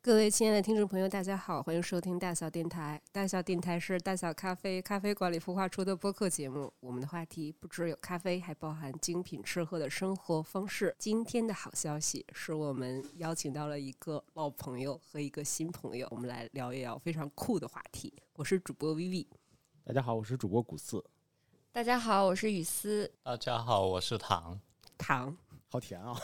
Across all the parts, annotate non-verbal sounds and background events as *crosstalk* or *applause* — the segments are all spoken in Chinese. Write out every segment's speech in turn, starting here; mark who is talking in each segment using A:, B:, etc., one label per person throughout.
A: 各位亲爱的听众朋友，大家好，欢迎收听大小电台。大小电台是大小咖啡咖啡馆里孵化出的播客节目。我们的话题不只有咖啡，还包含精品吃喝的生活方式。今天的好消息是我们邀请到了一个老朋友和一个新朋友，我们来聊一聊非常酷的话题。我是主播 Vivi，
B: 大家好，我是主播古四，
C: 大家好，我是雨思。
D: 大家好，我是唐。
A: 糖
B: 好甜 *laughs* 啊！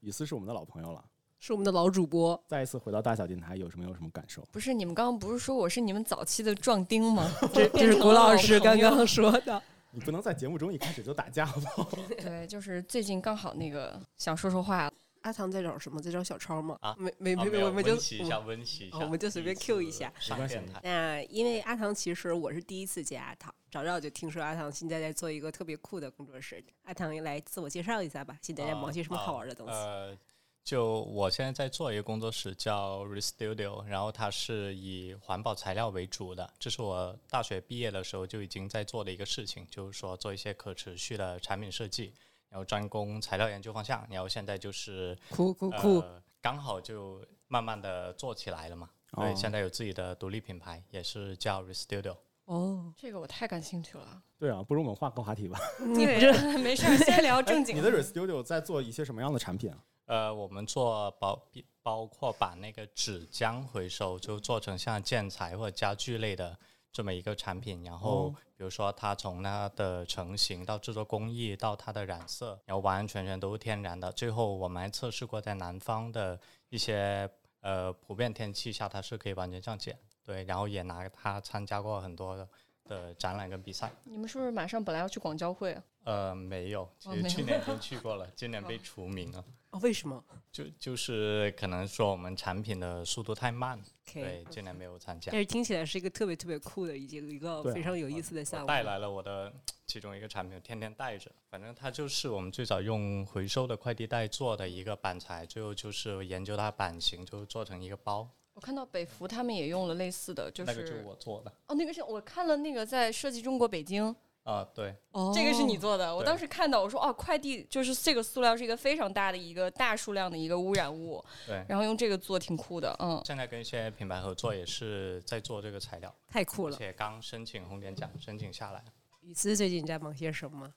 B: 雨思是我们的老朋友了，
A: 是我们的老主播，
B: 再一次回到大小电台，有什么有什么感受？
C: 不是你们刚刚不是说我是你们早期的壮丁吗？ *laughs*
A: *laughs* 这这是古老师刚刚说的。
B: 你不能在节目中一开始就打架好不 *laughs* 好？
C: 对，就是最近刚好那个想说说话，
A: 阿唐在找什么？在找小超吗？
D: 啊
A: 没没
D: 啊
A: 没
D: 没
A: 我
D: 有
A: 们就哦
D: 温习一下，温习一下，
A: 我们就随便 cue 一下
D: 第次上电台。
A: 那因为阿唐，其实我是第一次见阿唐，早知道我就听说阿唐现在在做一个特别酷的工作室。阿唐来自我介绍一下吧，现在在忙些什么好玩的东西？
D: 呃，呃就我现在在做一个工作室叫 Restudio，然后它是以环保材料为主的，这是我大学毕业的时候就已经在做的一个事情，就是说做一些可持续的产品设计，然后专攻材料研究方向，然后现在就是
A: 酷酷
D: 呃，刚好就慢慢的做起来了嘛。
B: 哦
D: 对，现在有自己的独立品牌，也是叫 Restudio。
A: 哦！
C: 这个我太感兴趣了。
B: 对啊，不如我们换个话题吧。
A: 你这
C: 没事儿，先聊
B: *laughs*
C: 正
B: 你
C: 经
B: 的 r e Studio 在做一些什么样的产品啊？
D: 呃，我们做包包括把那个纸浆回收，就做成像建材或者家具类的这么一个产品。然后，
B: 哦
D: 比如说它从它的成型到制作工艺到它的染色，然后完完全全都是天然的。最后，我们还测试过在南方的一些呃普遍天气下，它是可以完全降解。对，然后也拿它参加过很多的的展览跟比赛。
C: 你们是不是马上本来要去广交会？啊
D: 呃，没有，其
C: 哦
D: 实
C: 没
D: 去
C: 有
D: 年已
C: *laughs*
D: 经去过了，今年被除名了。
A: 哦为什么
D: 就就是可能说我们产品的速度太慢，
A: ？OK，
D: 对，今年没有参加
A: 但。是听起来是一个特别特别酷的一个一个
B: 对啊
A: 非常有意思的项
D: 我
A: 目。
D: 带来了我的其中一个产品，天天带着。反正它就是我们最早用回收的快递袋做的一个板材，最后就是研究它版型，就做成一个包。
C: 我看到北服他们也用了类似的，就是
D: 那个就是我做的。
C: 哦，那个是我看了那个在设计中国北京，
D: 啊，对，
A: 哦
C: 这个是你做的。我
D: 对
C: 当时看到我说哦，快递就是这个塑料是一个非常大的一个大数量的一个污染物，
D: 对
C: 然后用这个做挺酷的，嗯。
D: 现在跟一些品牌合作也是在做这个材料，
A: 太酷
D: 而
A: 了。
D: 且刚申请红点奖，申请下来。
A: 雨思最近在忙些什么？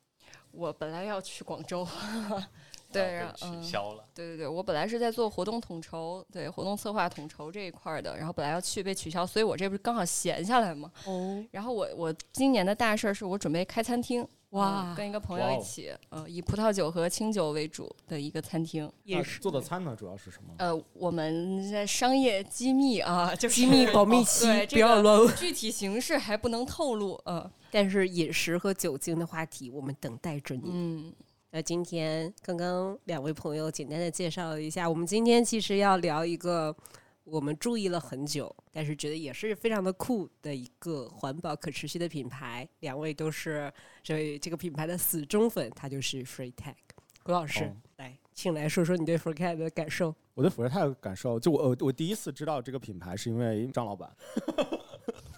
C: 我本来要去广州， *laughs*
D: 啊
C: 对，
D: 被
C: 然后
D: 取
C: 嗯
D: 消了。
C: 对对对，我本来是在做活动统筹，对活动策划统筹这一块儿的，然后本来要去被取消，所以我这不是刚好闲下来嘛。
A: 哦，
C: 然后我我今年的大事儿是我准备开餐厅，
A: 哇
C: 嗯跟一个朋
B: 哇
C: 友
B: 哦
C: 一起，呃，以葡萄酒和清酒为主的一个餐厅。
A: 也
B: 那
A: 是
B: 啊做的餐呢，主要是什么？
C: 呃，我们在商业机密啊，就是
A: 机密保密期
C: 对，
A: 不要乱问。
C: 具体形式还不能透露，呃，
A: 但是饮食和酒精的话题，我们等待着你。
C: 嗯，
A: 那今天刚刚两位朋友简单的介绍了一下，我们今天其实要聊一个我们注意了很久，但是觉得也是非常的酷的一个环保可持续的品牌。两位都是这这个品牌的死忠粉，它就是 Free Tag。郭老师，
B: 哦
A: 来，请来说说你对 Free Tag 的感受。
B: 我对 Free Tag 感受，就我我第一次知道这个品牌是因为张老板，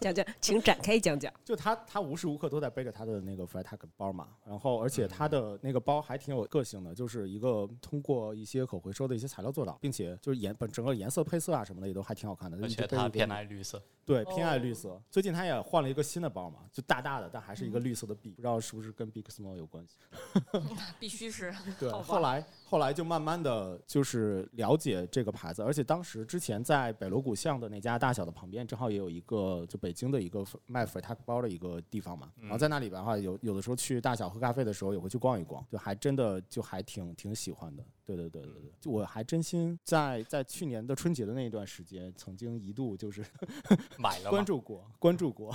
A: 讲讲，请展开讲讲。
B: 就他他无时无刻都在背着他的那个 Free Tag 包嘛，然后而且他
D: 嗯
B: 的那个包还挺有个性的，就是一个通过一些可回收的一些材料做到，并且就是颜本整个颜色配色啊什么的也都还挺好看的，
D: 而
B: 你就
D: 且
B: 背着
D: 它
B: 一个
D: 偏爱绿色，
B: 对，偏爱绿
C: 哦
B: 色。最近他也换了一个新的包嘛，就大大的，但还是
D: 嗯
B: 一个绿色的 B，、不知道是不是跟 Big Small 有关系。
C: 必须是
B: 对，
C: 好吧
B: 后来后来就慢慢的就是了解这个牌子，而且当时之前在北锣鼓巷的那家大小的旁边，正好也有一个就北京的一个卖 f r t a 包的一个地方
C: 嗯
B: 嘛。然后在那里边的话，有有的时候去大小喝咖啡的时候，也会去逛一逛，就还真的就还挺挺喜欢的。对对对对对，就我还真心在在去年的春节的那一段时间，曾经一度就是
D: 买了
B: 关
D: 吗？
B: 注过， *laughs* 关注过，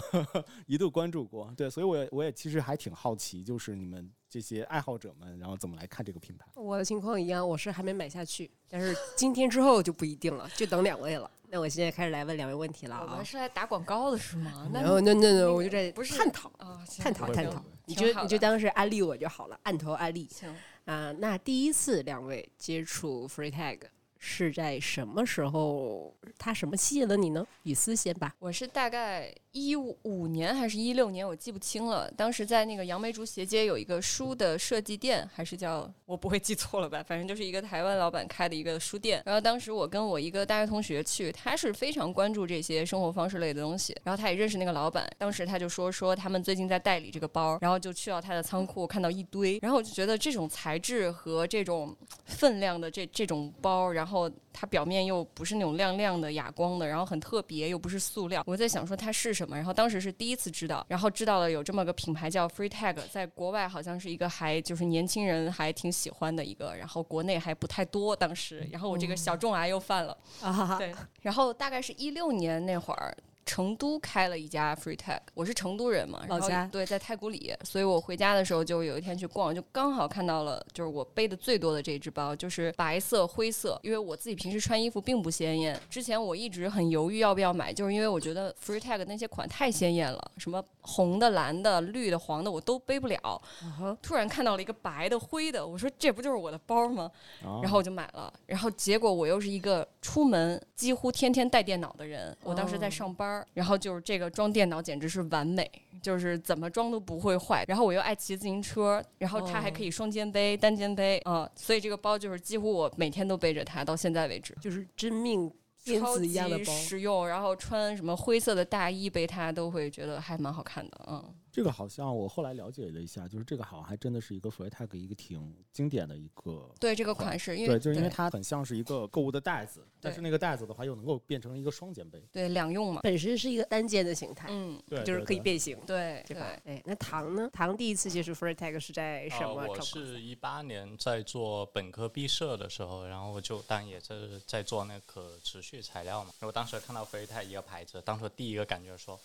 B: 一度关注过。对，所以我也我也其实还挺好奇，就是你们这些爱好者们，然后怎么来看这个品牌？
A: *laughs* 我的情况一样，我是还没买下去，但是今天之后就不一定了，就等两位了。那我现在开始来问两位问题了
C: 我
A: 啊
C: 们。是来打广告的是吗？那
A: 然后那那
C: 那
A: 那，
C: 个
A: 我就在
C: 不是
A: 探讨。
C: 啊，行
A: 探讨
B: 不会
A: 探
B: 不
A: 讨
B: 会，
A: 你
C: 挺
A: 就
C: 好
A: 你就
C: 的
A: 当是安利我就好了，按头安利
C: 行。
A: 啊、那第一次两位接触 Free Tag 是在什么时候？它什么吸引了你呢？雨思先吧。
C: 我是大概一五年还是一六年，我记不清了。当时在那个杨梅竹斜街有一个书的设计店，还是叫我不会记错了吧？反正就是一个台湾老板开的一个书店。然后当时我跟我一个大学同学去，他是非常关注这些生活方式类的东西，然后他也认识那个老板。当时他就说说他们最近在代理这个包，然后就去到他的仓库看到一堆，然后我就觉得这种材质和这种分量的这这种包，然后它表面又不是那种亮亮的哑光的，然后很特别，又不是塑料。我在想说它是什么，然后当时是第一次知道，然后知道了有这么个品牌叫 Free Tag，在国外好像是一个还就是年轻人还挺喜欢的一个，然后国内还不太多当时，然后我这个小众癌又犯了，
A: 啊，
C: 对，然后大概是一六年那会儿。成都开了一家 Free Tag，我是成都人嘛，
A: 老
C: 然后
A: 家
C: 对，在太古里，所以我回家的时候就有一天去逛，就刚好看到了，就是我背的最多的这只包，就是白色、灰色，因为我自己平时穿衣服并不鲜艳，之前我一直很犹豫要不要买，就是因为我觉得 Free Tag 那些款太鲜艳了，什么红的、蓝的、绿的、黄的我都背不了，
A: 嗯
C: 突然看到了一个白的、灰的，我说这不就是我的包吗？然后我就买了，然后结果我又是一个出门几乎天天带电脑的人，我当时在上班儿，然后就是这个装电脑简直是完美，就是怎么装都不会坏。然后我又爱骑自行车，然后它还可以双肩背、单肩背啊、所以这个包就是几乎我每天都背着它，到现在为止。
A: 就是真命天
C: 超
A: 子一样的
C: 级
A: 包，
C: 实用，然后穿什么灰色的大衣背它都会觉得还蛮好看的，嗯，
B: 这个好像我后来了解了一下，就是这个好像还真的是一个 f r e t a g 一个挺经典的一个。
C: 对这个款式，因为
B: 对，就是因为它很像是一个购物的袋子，但是那个袋子的话又能够变成一个双肩背，
C: 对两用嘛，
A: 本身是一个单件的形态，
C: 嗯，
B: 对，
A: 就是
B: 对
A: 可以。
B: 对
A: 变形。
C: 对
A: 对
C: 对，
A: 吧？哎，那唐呢？唐第一次接触 free tag 是在
B: 哦
A: 什么
D: 呃、
A: 状
D: 我
A: 况？
D: 是一八年在做本科毕设的时候，然后我就当然也是在做那可持续材料嘛。然后我当时看到飞泰一个牌子，当时第一个感觉说，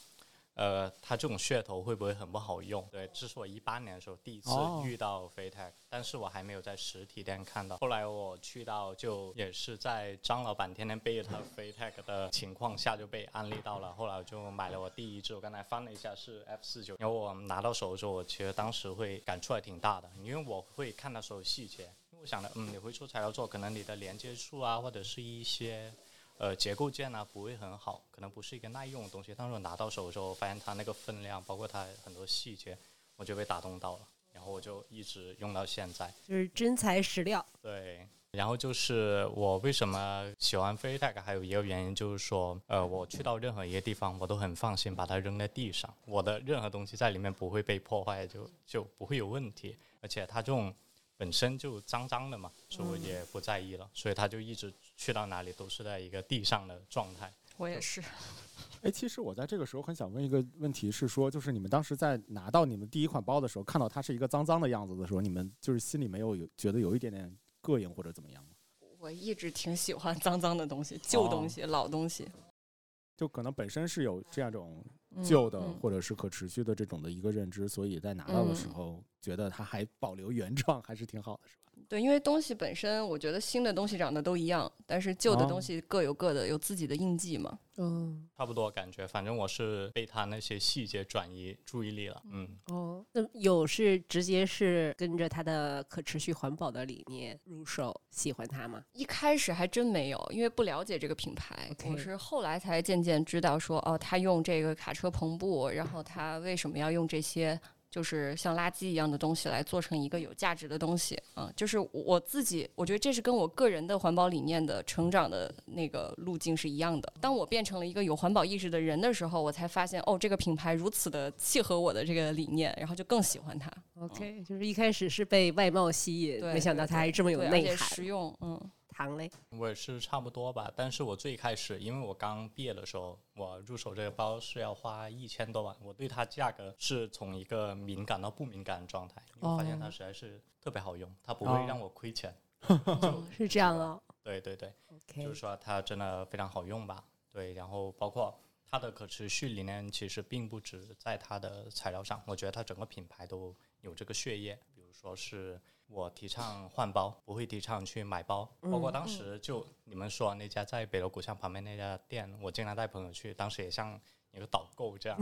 D: 呃，它这种噱头会不会很不好用？对，这是我一八年的时候第一次
B: 哦
D: 遇到飞泰，但是我还没有在实体店看到。后来我去到就也是在张老板天天背着他飞泰的情况下就被安利到了，后来我就买了我第一只，我刚才翻了一下是 F 四九，然后我拿到手的时候，我其实当时会感触还挺大的，因为我会看到所有细节。因为我想着，嗯，你会做材料做，可能你的连接处啊，或者是一些呃结构件啊不会很好，可能不是一个耐用的东西。但是我拿到手的时候，发现它那个分量，包括它很多细节，我就被打动到了，然后我就一直用到现在。
A: 就是真材实料，
D: 对，然后就是我为什么喜欢 f r e e t a g 还有一个原因就是说，呃，我去到任何一个地方，我都很放心把它扔在地上，我的任何东西在里面不会被破坏，就就不会有问题。而且它这种本身就脏脏的嘛，所以我也不在意了，所以它就一直去到哪里都是在一个地上的状态。
C: 我也是，
B: 哎，其实我在这个时候很想问一个问题，是说，就是你们当时在拿到你们第一款包的时候，看到它是一个脏脏的样子的时候，你们就是心里没有有觉得有一点点膈应或者怎么样吗？
C: 我一直挺喜欢脏脏的东西、旧
B: 哦
C: 东西、老东西。
B: 就可能本身是有这样一种
C: 嗯
B: 旧的
C: 嗯
B: 或者是可持续的这种的一个认知，所以在拿到的时
C: 嗯
B: 候觉得它还保留原状还是挺好的，是吧？
C: 对，因为东西本身，我觉得新的东西长得都一样，但是旧的
B: 哦
C: 东西各有各的有自己的印记嘛。
A: 嗯，
D: 差不多感觉，反正我是被它那些细节转移注意力了，嗯。
A: 哦，那有是直接是跟着它的可持续环保的理念入手，喜欢它吗？
C: 一开始还真没有，因为不了解这个品牌
A: OK
C: 我是后来才渐渐知道说，哦，他用这个卡车篷布，然后他为什么要用这些就是像垃圾一样的东西来做成一个有价值的东西啊、就是我自己，我觉得这是跟我个人的环保理念的成长的那个路径是一样的。当我变成了一个有环保意识的人的时候，我才发现，哦，这个品牌如此的契合我的这个理念，然后就更喜欢它。
A: OK，就是一开始是被外貌吸引，
C: 对
A: 没想到
C: 对
A: 它还这么有
C: 对而
A: 内
C: 且
A: 涵
C: 实。用，嗯。
A: 糖嘞，
D: 我也是差不多吧，但是我最开始，因为我刚毕业的时候，我入手这个包是要花一千多万，我对它价格是从一个敏感到不敏感的状态，因为我发现它实在是特别好用，它不会让我亏钱。
A: 是这样哦。
D: 对对对，
A: OK，
D: 就是说它真的非常好用吧？对，然后包括它的可持续理念，其实并不只在它的材料上，我觉得它整个品牌都有这个血液。比如说是我提倡换包，不会提倡去买包，
A: 嗯
D: 包括当时就你们说那家在北锣鼓巷旁边那家店，我经常带朋友去，当时也像一个导购
A: *laughs*
D: 这样，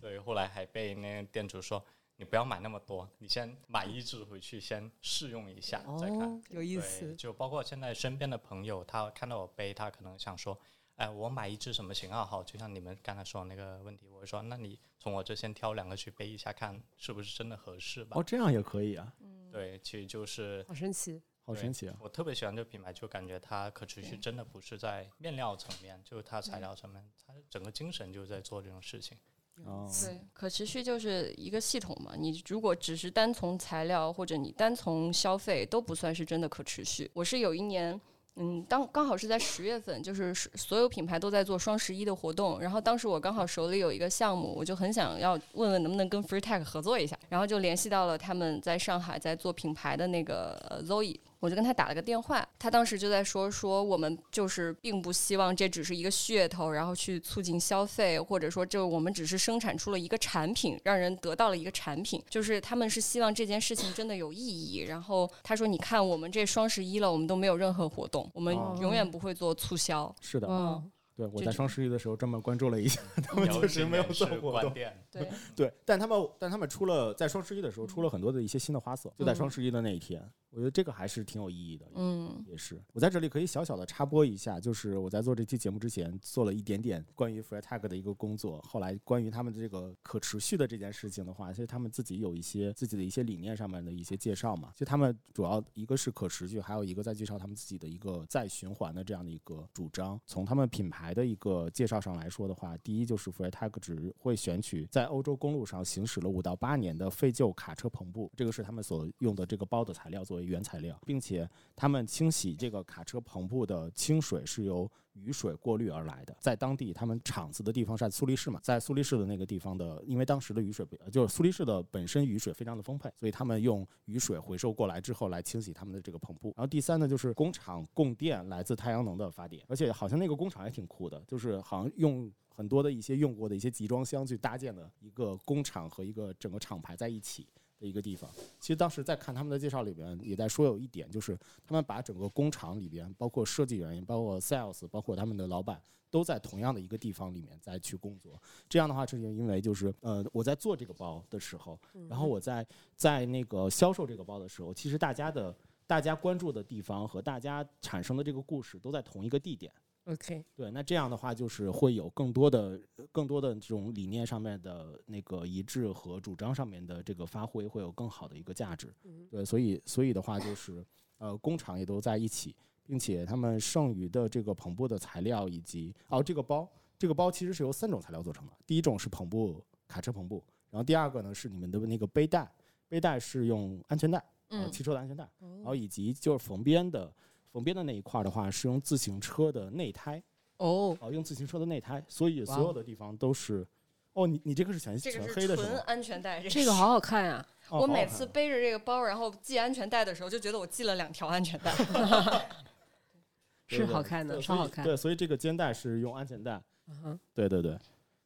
D: 对，后来还被那个店主说。你不要买那么多，你先买一只回去，先试用一下，再看。
A: 哦，有意
D: 对，
A: 思。
D: 就包括现在身边的朋友，他看到我背，他可能想说哎，我买一支什么型号好？就像你们刚才说的那个问题，我会说，那你从我这先挑两个去背一下，看是不是真的合适吧。
B: 哦，这样也可以啊，
D: 对，其实就是
A: 好神奇。
B: 好神奇啊！
D: 我特别喜欢这个品牌，就感觉它可持续真的不是在面料层面，就是它材料层面，它整个精神就是在做这种事情。
B: 哦，
C: 嗯对，可持续就是一个系统嘛。你如果只是单从材料或者你单从消费，都不算是真的可持续。我是有一年。嗯，当刚好是在十月份，就是是所有品牌都在做双十一的活动。然后当时我刚好手里有一个项目，我就很想要问问能不能跟 Free Tech 合作一下，然后就联系到了他们在上海在做品牌的那个呃 Zoe。我就跟他打了个电话，他当时就在说说我们就是并不希望这只是一个噱头，然后去促进消费，或者说就我们只是生产出了一个产品，让人得到了一个产品，就是他们是希望这件事情真的有意义。然后他说，你看我们这双十一了，我们都没有任何活动，我们
B: 哦
C: 永远不会做促销。
B: 是的，
A: 哇，
B: 对我
C: 嗯
B: 在
C: 这种
B: 双十一的时候专门关注了一下， *laughs* *laughs* 他们确实没有做
D: 是
B: 活
D: 关
B: 动。
D: 店，
C: 对，
B: 对，但他们但他们出了在双十一的时候出了很多的一些新的花色，就在
C: 嗯
B: 双十一的那一天，我觉得这个还是挺有意义的。
C: 嗯
B: 也是，我在这里可以小小的插播一下，就是我在做这期节目之前做了一点点关于 FreeTag 的一个工作，后来关于他们的这个可持续的这件事情的话，其实他们自己有一些自己的一些理念上面的一些介绍嘛，其实他们主要一个是可持续，还有一个在介绍他们自己的一个再循环的这样的一个主张。从他们品牌的一个介绍上来说的话，第一就是 FreeTag 只会选取在欧洲公路上行驶了五到八年的废旧卡车篷布，这个是他们所用的这个包的材料作为原材料，并且他们清洗这个卡车篷布的清水是由雨水过滤而来的，在当地他们厂子的地方是在苏黎世嘛，在苏黎世的那个地方的，因为当时的雨水不就是苏黎世的本身雨水非常的丰沛，所以他们用雨水回收过来之后来清洗他们的这个篷布。然后第三呢，就是工厂供电来自太阳能的发电，而且好像那个工厂也挺酷的，就是好像用。很多的一些用过的一些集装箱去搭建的一个工厂和一个整个厂牌在一起的一个地方。其实当时在看他们的介绍里边也在说有一点，就是他们把整个工厂里边，包括设计员、包括 sales、包括他们的老板，都在同样的一个地方里面再去工作。这样的话，这是因为就是呃，我在做这个包的时候，然后我在在那个销售这个包的时候，其实大家的大家关注的地方和大家产生的这个故事都在同一个地点。
A: OK，
B: 对，那这样的话就是会有更多的、呃更多的这种理念上面的那个一致和主张上面的这个发挥，会有更好的一个价值。对，所以所以的话就是，呃，工厂也都在一起，并且他们剩余的这个篷布的材料以及哦，这个包，这个包其实是由三种材料做成的。第一种是篷布卡车篷布，然后第二个呢是你们的那个背带，背带是用安全带，呃，
C: 嗯
B: 汽车的安全带，然后以及就是缝边的。缝边的那一块儿的话，是用自行车的内胎
C: 哦，
B: 哦，用自行车的内胎，所以
A: 哇哦
B: 所有的地方都是。哦，你你这个是全
C: 这
B: 全
C: 个
B: 黑
C: 是
B: 的是
C: 纯
B: 吗？
C: 安全带，
A: 这个
B: *laughs*
C: 是
A: 好好看啊呀、
B: 哦
C: 我
B: 好
C: 每
B: 好
C: 次
B: 看
C: 背着这个包，然后系安全带的时候，就觉得我系了两条安全
B: *laughs*
C: 带。
B: 对
A: 是
B: 对
A: 好看的，
B: 对
A: 超
B: 所以
A: 好看。
B: 对，所以这个肩带是用安全带。
A: 嗯哼
B: 对对对。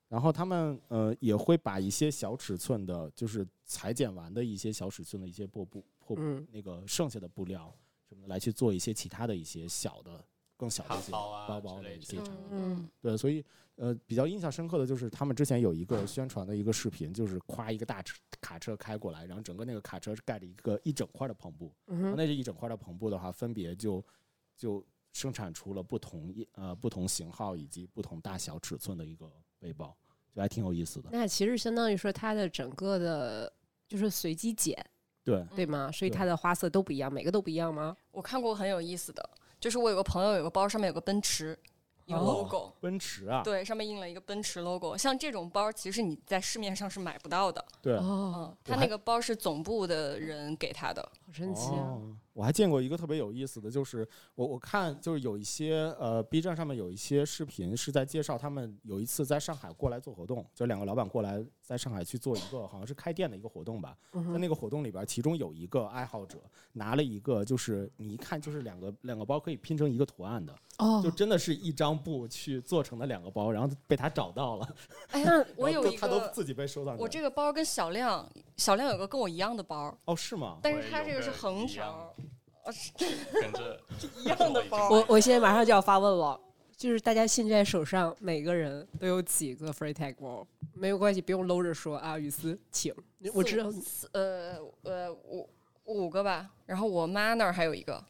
B: 然后他们呃也会把一些小尺寸的，就是裁剪完的一些小尺寸的一些破布破、
A: 嗯
B: 那个剩下的布料什么的来去做一些其他的一些小的更小的
D: 卡
B: 一些
D: 包啊
B: 包
D: 之
B: 包的
D: 类
B: 一
D: 之
B: 些
D: 类
B: 产
D: 的
B: 品。
A: 嗯
B: 对，所以呃，比较印象深刻的就是他们之前有一个宣传的一个视频，就是夸一个大车卡车开过来，然后整个那个卡车是盖着一个一整块的篷布，
A: 嗯
B: 然后
A: 哼，
B: 那这一整块的篷布的话，分别就就生产出了不同一呃不同型号以及不同大小尺寸的一个背包，就还挺有意思的。
A: 那其实相当于说它的整个的，就是随机剪，
B: 对，
A: 对吗？所以
B: 对
A: 它的花色都不一样，每个都不一样吗？
C: 我看过很有意思的，就是我有个朋友有个包，上面有个奔驰，有
A: 哦
C: logo，、
B: 奔驰啊，
C: 对，上面印了一个奔驰 logo。像这种包，其实你在市面上是买不到的。
B: 对，
A: 哦，
C: 嗯，他那个包是总部的人给他的。
A: 好神奇啊！
B: 哦我还见过一个特别有意思的，就是我我看就是有一些呃 B 站上面有一些视频是在介绍他们有一次在上海过来做活动，就两个老板过来在上海去做一个好像是开店的一个活动吧，
A: 嗯
B: 在
A: 哼
B: 那个活动里边，其中有一个爱好者拿了一个就是你一看就是两个两个包可以拼成一个图案的，就
A: 哦，
B: 真的是一张布去做成的两个包，然后被他找到了，
C: 哎呀，我
B: 然
C: 有
B: 后
C: 一
B: 他都
C: 个，
B: 自己被收藏起来，
C: 我这个包跟小亮，小亮有个跟我一样的包，
B: 哦是吗？
C: 但
D: 我
C: 是
D: 也
C: 他
D: 有
C: 这个是
D: 个
C: 横
D: 一
C: 条
D: 样，
C: 啊，是
D: 跟
B: *laughs*
D: 着
C: 一样的包。
B: 啊
A: 我我现在马上就要发问了，就是大家现在手上每个人都有几个 free tag 包？没有关系，不用搂着说啊，雨思，请。我知道
C: 四呃呃五五个吧，然后我妈那儿还有一个，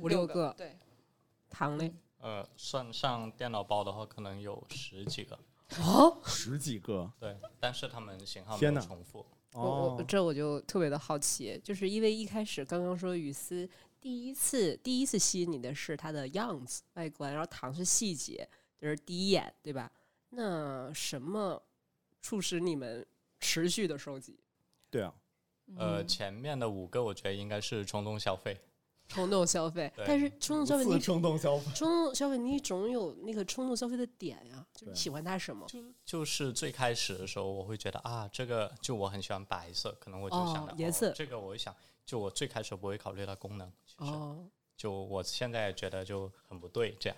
A: 五六
C: 个
A: 个，
C: 对，
A: 糖嘞，
D: 呃，算上电脑包的话，可能有十几个，
A: 哦，
B: 十几个
D: 对，但是他们型号没
B: 天
D: 有
B: 哪
D: 重复。
A: 我
B: 哦
A: 我，这我就特别的好奇，就是因为一开始刚刚说雨丝第一次第一次吸引你的是她的样子外观，然后糖是细节，就是第一眼对吧？那什么促使你们持续的收集
B: 对啊，
D: 呃，
C: 嗯
D: 前面的五个我觉得应该是冲动消费，
A: 冲动消费？
D: 对
A: 但是冲动消费
B: 无
A: 你
B: 私冲动消费，
A: 冲动消费你总有那个冲动消费的点呀、就是
B: 对
A: 喜欢他什么？
D: 就是最开始的时候，我会觉得啊，这个就我很喜欢白色，可能我就想
A: 哦
D: 到、
A: 颜色
D: 这个我一想，就我最开始不会考虑它功能，其实、
A: 哦，
D: 就我现在觉得就很不对，这样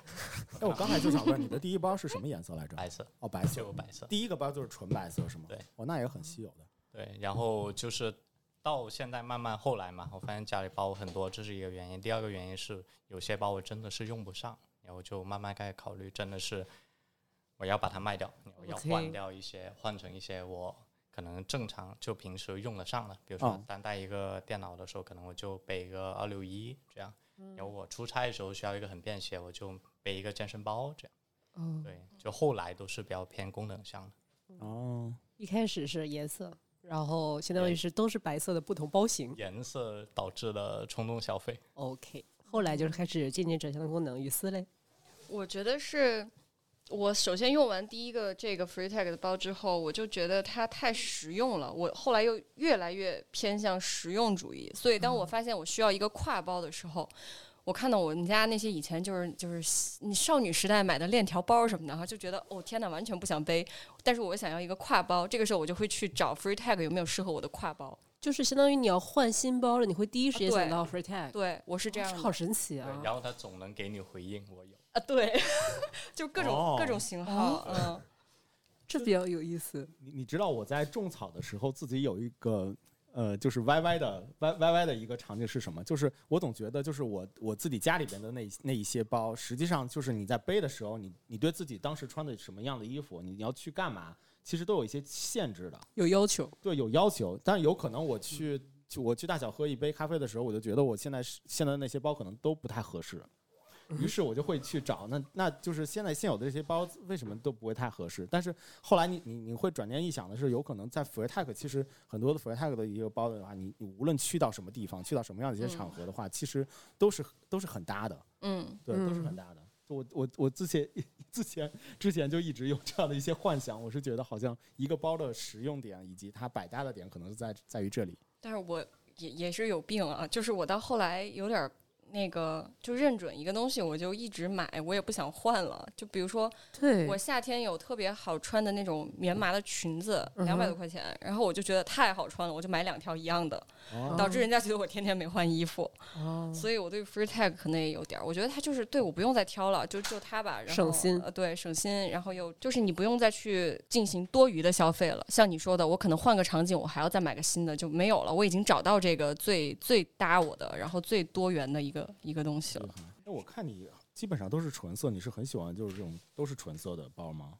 B: 哎，我刚才就想问，你的第一包是什么颜色来着？
D: *laughs* 白色
B: 哦，白色
D: 就。白色，
B: 第一个包就是纯白色是吗？
D: 对，
B: 哦，那也很稀有的。
D: 对，然后就是到现在慢慢后来嘛，我发现家里包很多，这是一个原因。第二个原因是有些包我真的是用不上，然后就慢慢开始考虑，真的是我要把它卖掉，然后要
A: OK
D: 换掉一些，换成一些我可能正常就平时用得上的，比如说
B: 嗯
D: 单带一个电脑的时候，可能我就背一个二六一这样。然后我出差的时候需要一个很便携，我就背一个健身包这样。
A: 哦，
D: 对，就后来都是比较偏功能向的。
B: 哦，
A: 一开始是颜色，然后现在
D: 对
A: 为止都是白色的不同包型。
D: 颜色导致了冲动消费，
A: OK，后来就是开始渐渐转向功能。雨丝嘞，
C: 我觉得是我首先用完第一个这个 Free Tag 的包之后，我就觉得它太实用了。我后来又越来越偏向实用主义，所以当我发现我需要一个挎包的时候。我看到我们家那些以前就是就是你少女时代买的链条包什么的哈，就觉得哦天哪，完全不想背。但是我想要一个挎包，这个时候我就会去找 Free Tag 有没有适合我的挎包。
A: 就是相当于你要换新包了，你会第一时间
C: 啊对
A: 想到 free tag，
C: 对我是这样的，
A: 好神奇
D: 对
A: 啊，！
D: 然后它总能给你回应，我
C: *laughs*
D: 有。
C: 啊，对，就各种、
B: 哦
C: 各种型号，嗯，
A: 这比较有意思。
B: 你你知道我在种草的时候，自己有一个呃，就是 YY 的 YYY 的一个场景是什么？就是我总觉得，就是我我自己家里边的那那一些包，实际上就是你在背的时候，你你对自己当时穿的什么样的衣服，你要去干嘛，其实都有一些限制的。
A: 有要求，
B: 对，有要求，但是有可能我去、就我去大小喝一杯咖啡的时候，我就觉得我现在是现在的那些包可能都不太合适，于是我就会去找那那就是现在现有的这些包为什么都不会太合适？但是后来你你你会转念一想的是，有可能在 f r e t a g 其实很多的 f r e t a g 的一个包的话，你你无论去到什么地方，去到什么样的一些场合的话，其实都是都是很搭的，
C: 嗯，
B: 对，都是很
A: 嗯
B: 搭的。我我我之前之前之前就一直有这样的一些幻想，我是觉得好像一个包的实用点以及它百搭的点，可能是在在于这里。
C: 但是我也也是有病啊，就是我到后来有点儿那个，就认准一个东西，我就一直买，我也不想换了。就比如说，
A: 对
C: 我夏天有特别好穿的那种棉麻的裙子，
A: 嗯哼
C: 两百多块钱，然后我就觉得太好穿了，我就买两条一样的，
B: 哦，
C: 导致人家觉得我天天没换衣服。
A: 哦，
C: 所以我对 Free Tag 可能也有点儿，我觉得它就是对我不用再挑了，就就它吧，然后
A: 省心
C: 呃，对，省心，然后又就是你不用再去进行多余的消费了。像你说的，我可能换个场景，我还要再买个新的，就没有了。我已经找到这个最最搭我的，然后最多元的一个一个东西了。
B: 那我看你基本上都是纯色，你是很喜欢就是这种都是纯色的包吗？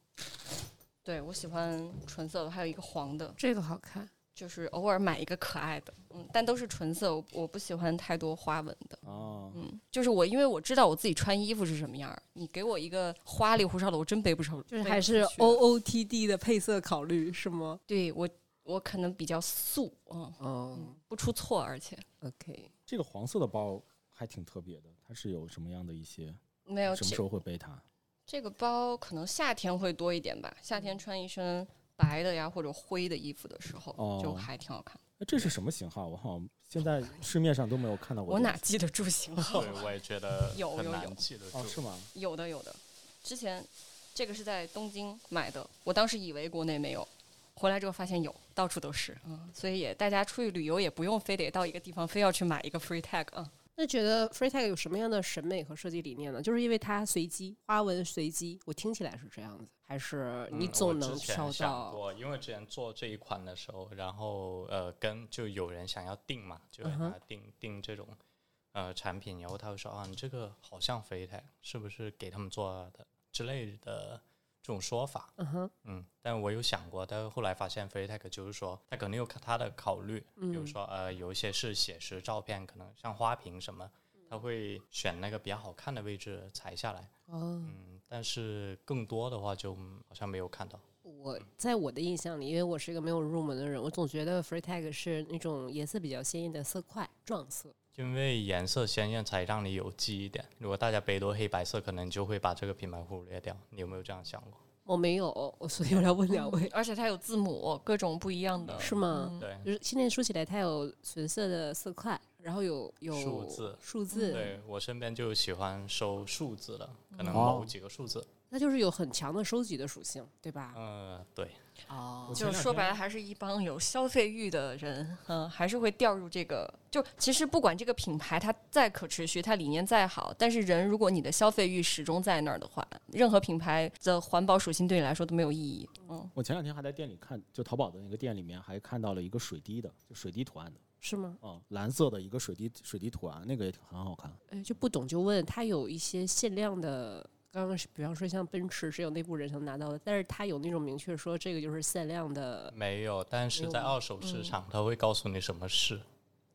C: 对我喜欢纯色的，还有一个黄的，
A: 这个好看，
C: 就是偶尔买一个可爱的，嗯，但都是纯色，我我不喜欢太多花纹的。
B: 哦，
C: 嗯，就是我，因为我知道我自己穿衣服是什么样儿。你给我一个花里胡哨的，我真背不上。
A: 就是
C: 背
A: 还
C: 不
A: 是哦
C: 出去
A: O O T D 的配色考虑是吗？
C: 对我，我可能比较素，嗯，
A: 哦
C: 不出错，而且
A: ，OK，
B: 这个黄色的包还挺特别的，它是有什么样的一些？
C: 没有
B: 什么
C: 这
B: 时候会背它？
C: 这个包可能夏天会多一点吧，夏天穿一身白的呀或者灰的衣服的时候，
B: 哦
C: 就还挺好看。
B: 哎，这是什么型号？我好像现
C: *laughs*
B: 在市面上都没有看到过
C: 我
B: 这个。
C: 哪记得住型号？
D: 对，我也觉得
C: 有
D: 很
C: 有
D: 难
C: 有
D: 记得住。
B: 哦，是吗？
C: 有的有的，之前这个是在东京买的，我当时以为国内没有。回来之后发现有，到处都是，嗯，所以也大家出去旅游也不用非得到一个地方非要去买一个 free tag 啊、
A: 那觉得 Free Tag 有什么样的审美和设计理念呢？就是因为它随机，花纹随机，我听起来是这样子，还是你
D: 嗯
A: 总
D: 我
A: 能
D: 之前
A: 挑
D: 想
A: 到？哦
D: 过，因为之前做这一款的时候，然后呃，跟就有人想要定嘛，就给
A: 嗯哼
D: 他定、定这种呃产品，然后他会说啊，你这个好像肥台，是不是给他们做的之类的这种说法？
A: 嗯哼，
D: 嗯，但我有想过，但是后来发现 free tech 就是说，他
A: 嗯
D: 肯定有他的考虑，比如说呃，有一些是写实照片，可能像花瓶什么，他会选那个比较好看的位置裁下来。
A: 哦，
D: 嗯，但是更多的话就好像没有看到。
A: 我在我的印象里，因为我是一个没有入门的人，我总觉得 free tag 是那种颜色比较鲜艳的色块，撞色。
D: 因为颜色鲜艳才让你有记忆点。如果大家背都黑白色，可能就会把这个品牌忽略掉。你有没有这样想过？
A: 我没有，我 *laughs* 所以我要问两位，
C: 而且它有字母，各种不一样的。
A: 是吗？
C: 嗯
D: 对，
A: 就是现在说起来，它有纯色的色块，然后有有
D: 数字
A: 数字，
D: 对我身边就喜欢收数字的，可能
B: 哦
D: 某几个数字。
A: 那就是有很强的收集的属性，对吧？
D: 嗯，对，
A: 哦
B: 我前
C: 就
B: 两
C: 是说
B: 天
C: 白了，还是一帮有消费欲的人，嗯，还是会掉入这个。就其实不管这个品牌它再可持续，它理念再好，但是人如果你的消费欲始终在那儿的话，任何品牌的环保属性对你来说都没有意义。嗯，
B: 我前两天还在店里看，就淘宝的那个店里面还看到了一个水滴的，就水滴图案的，
A: 是吗？
B: 嗯，蓝色的一个水滴水滴图案，那个也挺很好看。
A: 呃，就不懂就问，它有一些限量的。刚刚是，比方说像奔驰是有内部人能拿到的，但是它有那种明确说这个就是限量的，
B: 嗯
D: 没有。但
A: 没
D: 是
A: 有
D: 在
A: 吗
D: 二手市场，它会告诉你什么是。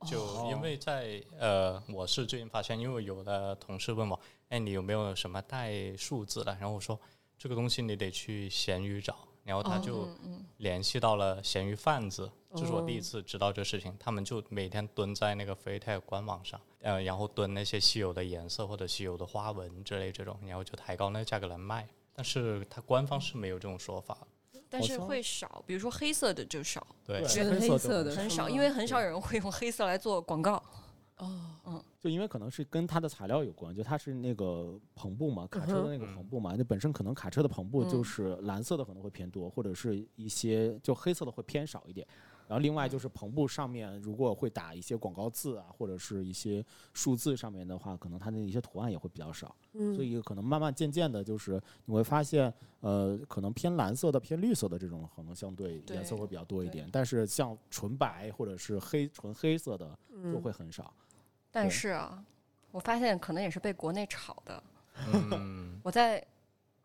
D: 就因为在呃，我是最近发现，因为有的同事问我，哎，你有没有什么带数字的？然后我说这个东西你得去闲鱼找，然后他
C: 哦
D: 就
C: 嗯
D: 联系到了闲鱼贩子，
B: 哦
D: 这是我第一次知道这事情。他们就每天蹲在那个 FreeTag 官网上，呃，然后蹲那些稀有的颜色或者稀有的花纹之类这种，然后就抬高那个价格来卖。但是它官方是没有这种说法，
C: 但是
B: 像
C: 会少，比如说黑色的就少，
D: 对
B: 对
A: 全
B: 黑色
A: 色
B: 的
A: 的，
C: 很
A: 是
C: 少，
A: 吗
C: 因为很少有人会用黑色来做广告。
A: 哦，
B: 就因为可能是跟它的材料有关，就它是那个篷布嘛，卡车的那个
D: 嗯
B: 篷布嘛，那、本身可能卡车的篷布
C: 嗯
B: 就是蓝色的可能会偏多，或者是一些就黑色的会偏少一点。然后另外就是篷布上面如果会打一些广告字啊，或者是一些数字上面的话，可能它的一些图案也会比较少。
A: 嗯
B: 所以可能慢慢渐渐的，就是你会发现，呃，可能偏蓝色的、偏绿色的这种，可能相对
C: 对
B: 颜色会比较多一
C: 对
B: 点。但是像纯白或者是黑、纯黑色的
A: 嗯
B: 就会很少。
C: 但
B: 对
C: 是啊，我发现可能也是被国内炒的。
D: 嗯，
C: 我在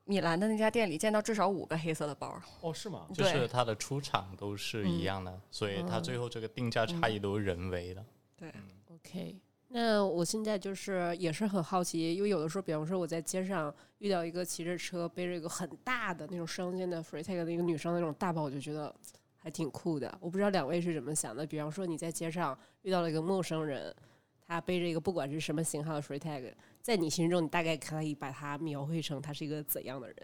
C: 米兰的那家店里见到至少五个黑色的包。
B: 哦，是吗？
D: 就
C: 对
D: 是它的出厂都是一
C: 嗯
D: 样的，所以它最后这个定价差异都是人为的。
C: 对，
A: OK，那我现在就是也是很好奇，因为有的时候，比方说我在街上遇到一个骑着车背着一个很大的那种双肩的 free tag 的一个女生那种大包，我就觉得还挺酷的。我不知道两位是怎么想的。比方说你在街上遇到了一个陌生人，他背着一个不管是什么型号的 free tag，在你心中你大概可以把他描绘成他是一个怎样的人？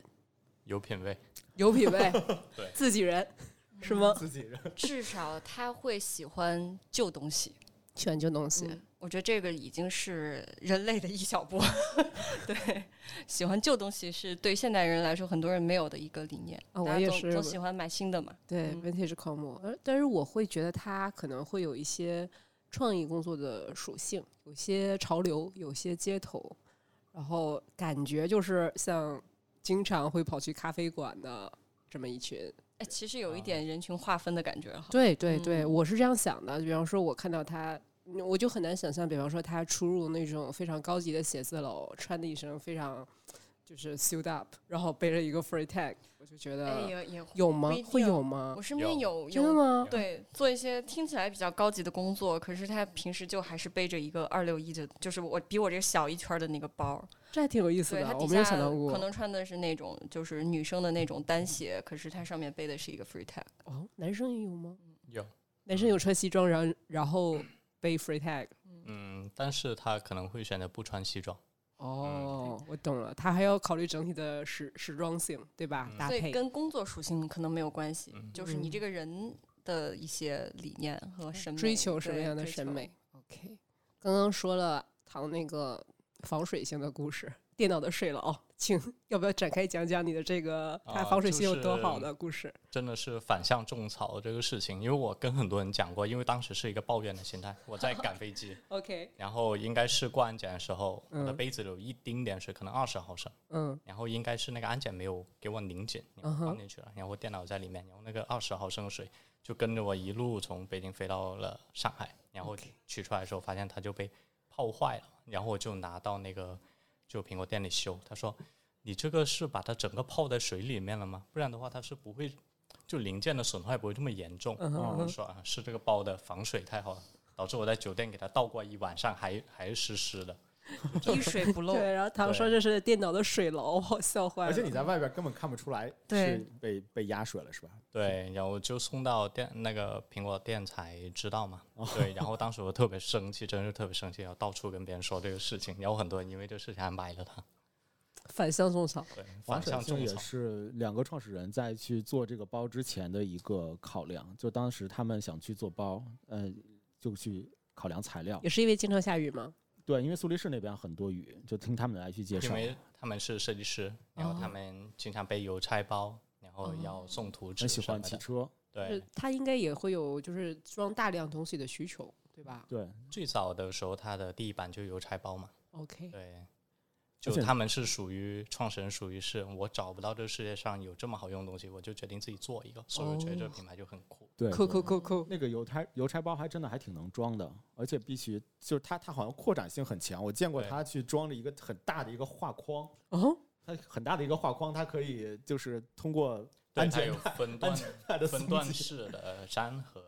D: 有品位，
A: 有品位
D: 对，
A: 自己人是吗？
B: 嗯自己人。
C: 至少他会喜欢旧东西。
A: 喜欢旧东西，
C: 嗯，我觉得这个已经是人类的一小步。 *laughs* 对，喜欢旧东西是对现代人来说很多人没有的一个理念。
A: 啊我
C: 大家
A: 也
C: 总
A: 是
C: 总喜欢买新的嘛。
A: 对
C: 嗯
A: ，vintage 矿木，呃，但是我会觉得它可能会有一些创意工作的属性，有些潮流，有些街头，然后感觉就是像经常会跑去咖啡馆的这么一群。
C: 哎，其实有一点人群划分的感觉哈。
A: 对对对，
C: 嗯
A: 我是这样想的。比方说，我看到他。嗯我就很难想象，比方说他出入那种非常高级的写字楼，穿的一身非常就是 suit up，然后背着一个 free tag，我就觉
C: 哎，
A: 得
C: 也也
A: 有吗
C: 不一？
A: 会
C: 定
A: 有吗
C: 我？身边有
A: 真的
C: 有。
A: 吗？
C: 对，做一些听起来比较高级的工作，可是他平时就还是背着一个二六一的，就是我比我这小一圈的那个包，
A: 这还挺有意思
C: 对
A: 的啊
C: 他，
A: 我
C: 底
A: 没有
C: 下
A: 想到过。
C: 可能穿的是那种就是女生的那种单鞋，可是它上面背的是一个 free tag。
A: 哦，男生也有吗？
D: 有，
A: 男生有穿西装，然后然后背 free tag。
D: 嗯，但是他可能会选择不穿西装。
C: 嗯
A: 哦，我懂了，他还要考虑整体的时时装性，对吧？
D: 嗯
A: 搭
C: 所以
A: 配。
C: 跟工作属性可能没有关系，
D: 嗯
C: 就是你
A: 嗯
C: 这个人的一些理念和审美，
A: 追求什么
C: 对
A: 样的
C: 追
A: 审
C: 求
A: 美？OK，刚刚说了唐那个防水性的故事，电脑的睡牢，请要不要展开讲讲你的这个它
D: 啊
A: 防水
D: 就
A: 性有多好
D: 是
A: 的故事？
D: 真的是反向种草这个事情，因为我跟很多人讲过，因为当时是一个抱怨的心态，我在赶飞机，
A: OK，
D: 然后应该是过安检的时候，我的
A: 嗯
D: 杯子里有一丁点水，可能二十毫升，
A: 嗯
D: 然后应该是那个安检没有给我拧紧，然
A: 嗯
D: 后
A: 哼
D: 放进去了，然后我电脑在里面，然后那个二十毫升的水就跟着我一路从北京飞到了上海，然后
A: OK
D: 取出来的时候发现它就被泡坏了，然后我就拿到那个就苹果店里修，他说你这个是把它整个泡在水里面了吗？不然的话它是不会就零件的损坏不会这么严重。
A: 嗯哼
D: 我说啊，是这个包的防水太好了，导致我在酒店给它倒过一晚上还还是湿湿的。
C: 滴水不漏。
A: *laughs* 对，然后他们说这是电脑的水牢，我笑坏了。
B: 而且你在外边根本看不出来
A: 对
B: 是被被压水了，是吧？
D: 对，然后就送到店那个苹果店才知道嘛。
B: 哦
D: 对，然后当时我特别生气，真是特别生气，然后到处跟别人说这个事情，然后很多人因为这个事情还买了它。
A: 反向种草，
D: 对，
B: 防
D: 反
B: 水
D: 向
B: 性
D: 种
B: 也
D: 草。
B: 是两个创始人在去做这个包之前的一个考量，就当时他们想去做包，呃，就去考量材料
A: 也。是因为经常下雨吗？
B: 对，因为苏黎世那边很多雨，就听他们来去介
D: 因
B: 绍。
D: 为他们是设计师，然后他们经常背邮差包，然后要送图纸
B: 很喜
D: 什
B: 欢
D: 么
B: 骑
D: 的。
B: 车，
D: 对，
A: 他应该也会有就是装大量东西的需求，对吧
B: 对，
D: 最早的时候它的第一版就邮差包嘛。
A: ？OK，
D: 对，就
B: 且
D: 他们是属于创始人，属于是我找不到这世界上有这么好用的东西，我就决定自己做一个，所以我觉得这
A: 哦
D: 个品牌就很酷。
B: 对，
A: 扣扣扣扣，
B: 那个邮差邮差包还真的还挺能装的，而且必须就是它它好像扩展性很强，我见过
D: 对
B: 它去装了一个很大的一个画框，
A: 哦，
B: 它很大的一个画框，它可以就是通过 *laughs*
D: 对，
B: 安
D: 它
B: 全
D: 有分段
B: 它的
D: 分
B: 松
D: 段
B: 紧哦
D: 式的粘合，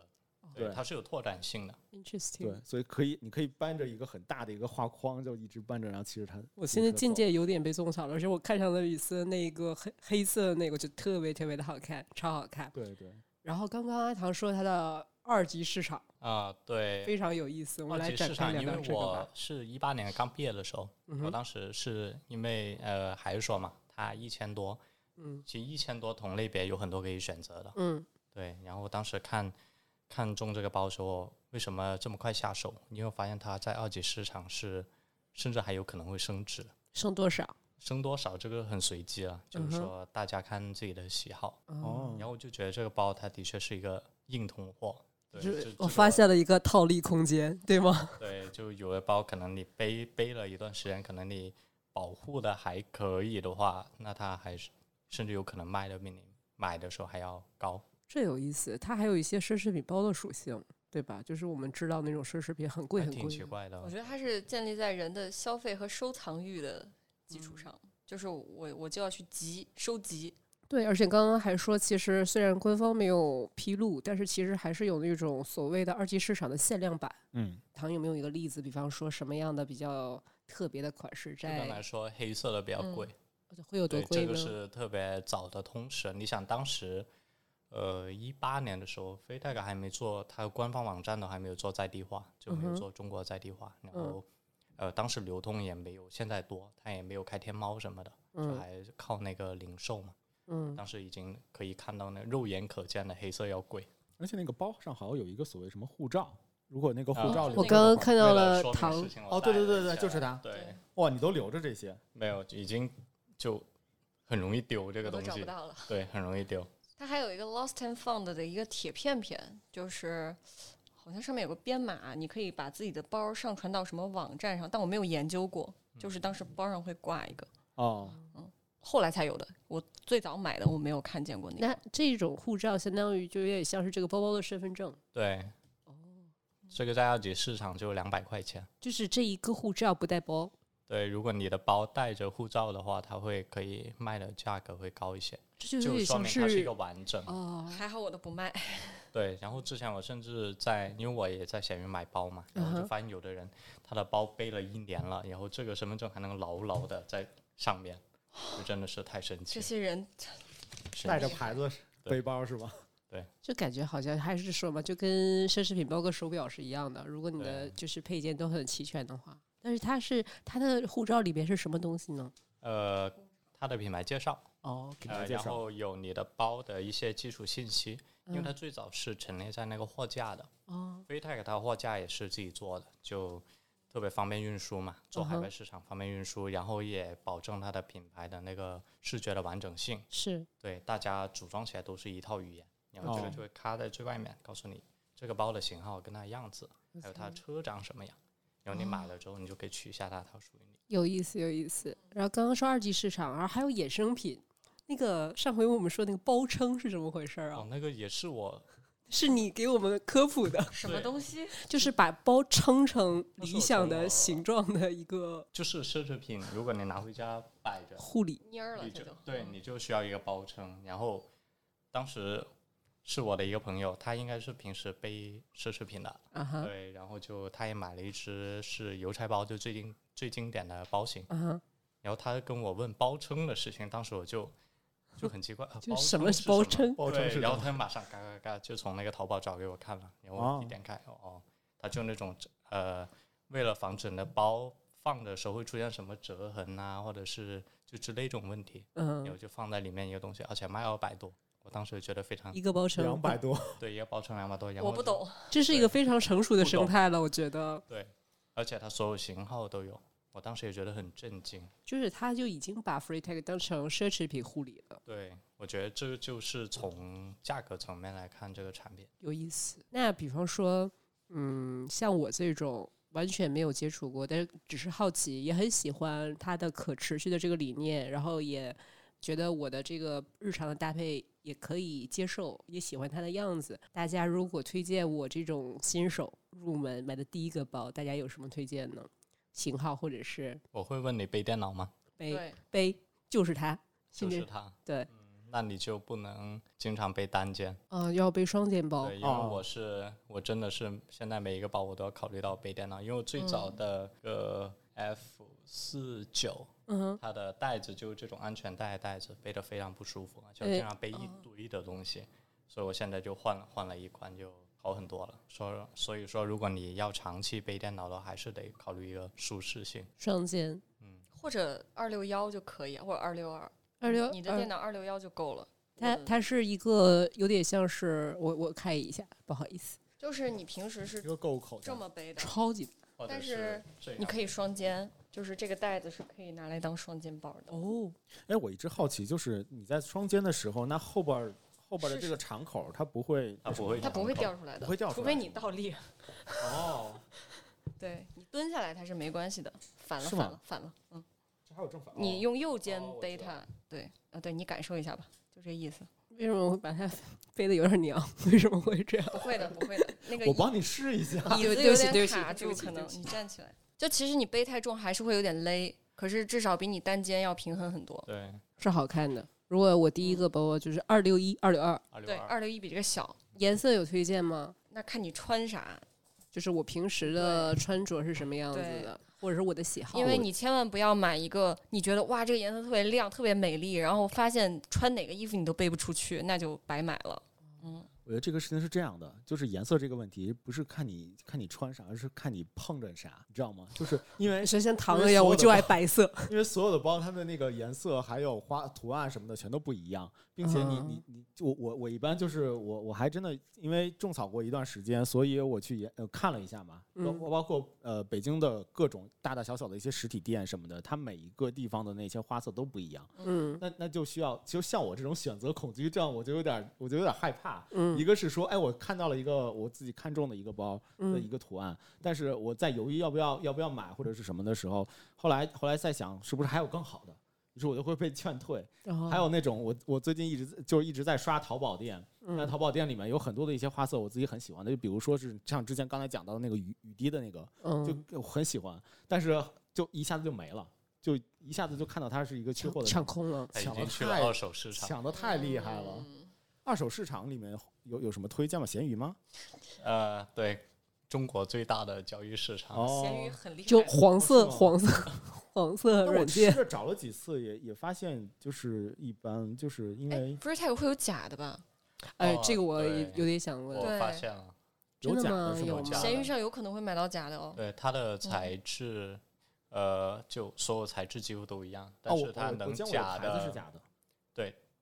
D: 对，
B: 对
D: 它是有拓展性的。
A: Interesting，
B: 对，所以可以你可以搬着一个很大的一个画框就一直搬着，然后其实它
A: 我现在境界有点被种草了，而且我看上了李斯那个黑黑色的那个，就特别特别的好看，超好看。
B: 对对，
A: 然后刚刚阿唐说他的二级市场
D: 啊、对。
A: 非常有意思，我们
D: 二
A: 来
D: 级
A: 展
D: 市
A: 开
D: 场，
A: 聊
D: 因
A: 聊
D: 为
A: 这个
D: 我
A: 吧。
D: 是一八年刚毕业的时候，
A: 嗯
D: 我
A: 哼，
D: 当时是因为呃还是说嘛，它一千多，
A: 嗯
D: 其实一千多同类别有很多可以选择的，
A: 嗯，
D: 对，然后我当时看看中这个包的时候，为什么这么快下手？因为我发现它在二级市场是，甚至还有可能会升值，
A: 剩多少？
D: 升多少这个很随机了，就是
A: 嗯哼
D: 说大家看自己的喜好。
A: 哦，
B: 哦
D: 然，后我就觉得这个包它的确是一个硬通货，对，
A: 就
D: 就是这
A: 我发
D: 个
A: 现了一个套利空间，对吗？ *laughs*
D: 对，就有的包可能你背背了一段时间，可能你保护的还可以的话，那它还是甚至有可能卖的比你买的时候还要高。
A: 这有意思，它还有一些奢侈品包的属性，对吧？就是我们知道那种奢侈品很贵
D: 还
A: 很
D: 挺
A: 贵
D: 奇
A: 的，
D: 怪的。
C: *laughs*
D: 哦
C: 我觉得它是建立在人的消费和收藏欲的基
D: 嗯
C: 础上，就是我我就要去集收集，
A: 对，而且刚刚还说，其实虽然官方没有披露，但是其实还是有那种所谓的二级市场的限量版。
B: 嗯，
A: 唐有没有一个例子？比方说什么样的比较特别的款式
D: 一般来
A: 在
D: 说，黑色的比较
C: 嗯
D: 贵，
A: 会有多
D: 对，
A: 贵
D: 这
A: 呢
D: 个？是特别早的通识。你想当时，呃，一八年的时候，飞泰卡还没做，它的官方网站都还没有做在地化，就没
A: 嗯
D: 有
A: 哼
D: 做中国在地化。然
A: 嗯
D: 后，呃，当时流通也没有现在多，它也没有开天猫什么的，就
A: 嗯
D: 还靠那个零售嘛。
A: 嗯，
D: 当时已经可以看到那肉眼可见的黑色要贵。
B: 而且那个包上好像有一个所谓什么护照，如哦果那个护
D: 啊
B: 照
D: 我
B: 里
A: 我
B: 面
A: 刚刚
B: 的话
A: 看
D: 为
A: 到
D: 了
A: 了
D: 说明
A: 唐
D: 事情，
B: 哦
D: 我
B: 对
D: 带
B: 对
D: 了
B: 对
D: 一
B: 对
D: 下
B: 就是它
D: 对，
B: 哇，你都留着这些，
D: 没有，已经就很容易丢这
C: 我
D: 个
C: 都
D: 东
C: 找不
D: 西，
C: 到了。
D: 对，很容易丢。
C: 它还有一个 Lost and Found 的一个铁片片，就是好像上面有个编码，你可以把自己的包上传到什么网站上，但我没有研究过，就是当时
D: 嗯
C: 包上会挂一个，
B: 哦，
C: 后来才有的。我最早买的我没有看见过那个。
A: 那这种护照相当于就有点像是这个包包的身份证，
D: 对，
A: 哦
D: 这个在二级市场就两百块钱。
A: 就是这一个护照不带包。
D: 对，如果你的包带着护照的话，它会可以卖的价格会高一些，
A: 这就有
D: 就
A: 点
D: 说
A: 像
D: 明它是一
A: 嗯是
D: 个完整。
A: 哦，
C: 还好我都不卖，
D: 对，然后之前我甚至在，因为我也在闲鱼买包嘛，然后
A: 嗯
D: 就
A: 哼
D: 发现有的人他的包背了一年了，然后这个身份证还能牢牢的在上面，就真的是太神
C: 这
D: 奇了。
C: 些人
D: 神
B: 带着
D: 奇
B: 牌子背包是吧？
A: 就感觉好像还是说嘛，就跟奢侈品包括手表是一样的，如果你的
D: 对
A: 就是配件都很齐全的话。但是它是它的护照里边是什么东西呢？
D: 呃，它的品牌介绍，
A: 哦，给
D: 呃，
B: 介
D: 然
B: 绍
D: 后有你的包的一些基础信息，因为
A: 嗯
D: 它最早是陈列在那个货架的。
A: 哦，
D: 飞泰它货架也是自己做的，就特别方便运输嘛，做海
A: 嗯
D: 外
A: 哼
D: 市场方便运输，然后也保证它的品牌的那个视觉的完整性。
A: 是
D: 对，大家组装起来都是一套语言，然后这个
B: 哦
D: 就会卡在最外面，告诉你这个包的型号跟它样子，还有
A: 嗯
D: 它车长什么样。然后你买了之后，你就可以取下它，它属于你。
A: 有意思，有意思。然后刚刚说二级市场，然后还有衍生品。那个上回我们说那个包称是怎么回事儿啊？
D: 哦，那个也是我
A: 是你给我们科普的，
C: 什么
D: 对
C: 东西？
A: 就是把包称成理想
D: 那是我从
A: 的
D: 我
A: 形状的一个
D: 就是奢侈品，如果你拿回家摆着，
A: 护理。
C: 蔫儿了，
D: 你
C: 这
D: 就
C: 就嗯
D: 对，你就需要一个包撑。然后当时是我的一个朋友，他应该是平时背奢侈品的，
A: 啊哈，
D: 对，然后就他也买了一只是邮差包，就最近最经典的包型，
A: 嗯哼，
D: 然后他跟我问包称的事情，当时我就就很奇怪，啊
A: 就
D: 包
A: 什么是
D: 是
A: 包
D: 什么
A: 称
B: 包称
D: 对
B: 是
D: 然后
B: 什
D: 他马上嘎嘎嘎就从那个淘宝找给我看了，然后我
B: 哦
D: 一点开，哦哦，他就那种呃，为了防止你的包放的时候会出现什么折痕啊，或者是就之类这种问题，然后
A: 嗯，
D: 就放在里面一个东西，而且卖二百多，我当时觉得非常
A: 一个包
B: 两
A: 成，
B: 百多，
D: 对，一个包称两百多，然后
C: 我不
D: 就，
C: 懂，
A: 这是一个非常成熟的
D: 不懂
A: 生态了，我觉得，
D: 对，而且它所有型号都有，我当时也觉得很震惊，
A: 就是他就已经把 free tag 当成奢侈品护理了。
D: 对我觉得这就是从价格层面来看这个产品。
A: 有意思。那比方说，嗯，像我这种完全没有接触过，但是只是好奇，也很喜欢它的可持续的这个理念，然后也觉得我的这个日常的搭配也可以接受，也喜欢它的样子。大家如果推荐我这种新手入门买的第一个包，大家有什么推荐呢？型号或者是
D: 我会问你背电脑吗？
A: 背
C: 对，
A: 背，就是它。甚
D: 就
A: 至
D: 是它，嗯
A: 对，
D: 那你就不能经常背单肩。
A: 嗯、要背双肩包
D: 对，因为
B: 哦
D: 我是我真的是现在每一个包我都要考虑到背电脑，因为我最早的个 F 四九，
A: 嗯
D: 它的带子就是这种安全带的带子，背的非常不舒服，而且我
A: 哎
D: 经常背一堆的东西，所以我现在就换了换了一款就。好很多了，所以所以说，如果你要长期背电脑的话，还是得考虑一个舒适性。
A: 双肩。
C: 或者二六幺就可以，或者二六二，
A: 二六，
C: 你的电脑二六幺就够了。
A: 它
C: 嗯
A: 它是一个有点像是我我看一下，不好意思，啊
C: 就是你平时
B: *laughs*
C: 是
B: 一个购物口袋
C: 这么背的，
A: 超级
D: 或者
C: 但
D: 是
C: 是
D: 这样
C: 你可以双肩，就是这个袋子是可以拿来当双肩包的。
A: 哦，
B: 哎，我一直好奇，就是你在双肩的时候，那后边儿后边儿的
C: 是
B: 这个敞口，它不会，
D: 它不会
C: 它不会
D: 敞口
C: 掉出来的，
B: 不会掉出
C: 除
B: 来
C: 非你倒立。
B: 哦，
C: 对你蹲下来它是没关系的，反了
B: 是
C: 反
B: 吗
C: 了反了，嗯，
B: 这还有正反哦
C: 你用右肩
D: 哦我
C: 背
D: 知
C: 它，
D: 道
C: 对，啊，对你感受一下吧，就这意思。
A: *laughs* 为什么会把它 *laughs* 背的有点娘？为什么会这样？ *laughs*
C: 不会的，不会的，那个
B: 我帮你试一下。 *laughs*
C: 椅
A: 对
C: 子
A: 对
C: 有
A: 不起对不
C: 点
A: 起
C: 卡
A: 对不
C: 住，
A: 起
C: 可
A: 对
C: 能
A: 不
C: 你站起来，就其实你背太重还是会有点勒，可是至少比你单肩要平衡很多。
D: 对
A: 是好看的。如果我第一
C: 嗯
A: 个包就是二六一、二六二，
D: 二六
C: 对，二六一比这个小，
A: 颜色有推荐吗？
C: 那看你穿啥，
A: 就是我平时的穿着是什么样子的，或者是我的喜好。
C: 因为你千万不要买一个你觉得哇这个颜色特别亮、特别美丽，然后发现穿哪个衣服你都背不出去，那就白买了。
B: 我觉得这个事情是这样的，就是颜色这个问题，不是看你看你穿啥，而是看你碰着啥，你知道吗？就是因为
A: 你说像糖
B: 因
A: 了
B: 为
A: 一样，
B: 所有
A: 我
B: 的
A: 就爱白色。
B: 因为所有的包它的那个颜色还有花图案什么的全都不一样，并且
A: 嗯
B: 你你你我我我一般就是我我还真的因为种草过一段时间，所以我去研、呃、看了一下嘛，包
A: 嗯
B: 包括呃北京的各种大大小小的一些实体店什么的，它每一个地方的那些花色都不一样，
A: 嗯
B: 那那就需要就像我这种选择恐惧症，我就有点儿我就有点儿害怕，一
A: 嗯
B: 个是说，哎，我看到了一个我自己看中的一个包的一
A: 嗯，
B: 个图案，但是我在犹豫要不要要不要买或者是什么的时候，后来后来再想是不是还有更好的，于是我就会被劝退。
A: *laughs* 然后
B: 还有那种我我最近一直在就一直在刷淘宝店，那
A: 嗯
B: 淘宝店里面有很多的一些花色我自己很喜欢的，就比如说是像之前刚才讲到的那个雨雨滴的那个，
A: 嗯，
B: 就我很喜欢，但是就一下子就没了，就一下子就看到它是一个缺货
A: 抢抢
B: 的哎
A: 空了。
D: 它已
B: 抢得
D: 经去了
B: 太
D: 二手市场。
B: 抢的太厉害了。
A: 嗯
B: 二手市场里面有有什么推荐吗？闲鱼吗？
D: 呃，对，中国最大的交易市场，
B: 哦，
C: 咸鱼很厉害，
A: 就黄色、
B: 哦是吗
A: 黄色、黄
B: *laughs*
A: 色
B: 但我
A: 软
B: 试
A: 件，
B: 着找了几次也，也发现就是一般，就是因
C: 哎
B: 为
C: 不是它也会有假的吧？
A: 哎
D: 哦，
A: 这个我也
D: 对
A: 有点想
B: 哦
A: 问。
D: 我发现了，
A: 真
B: 有
A: 的
B: 假
A: 吗
B: 是
A: 有
B: 吗
A: 吗？
D: 假的
C: 闲鱼上有可能会买到假的哦。
D: 对它的材质，呃，就所有材质几乎都一样，
B: 哦，
D: 但
B: 我
D: 是它
B: 我我
D: 能
B: 见我有
D: 假
B: 牌子是
D: 的
B: 假的，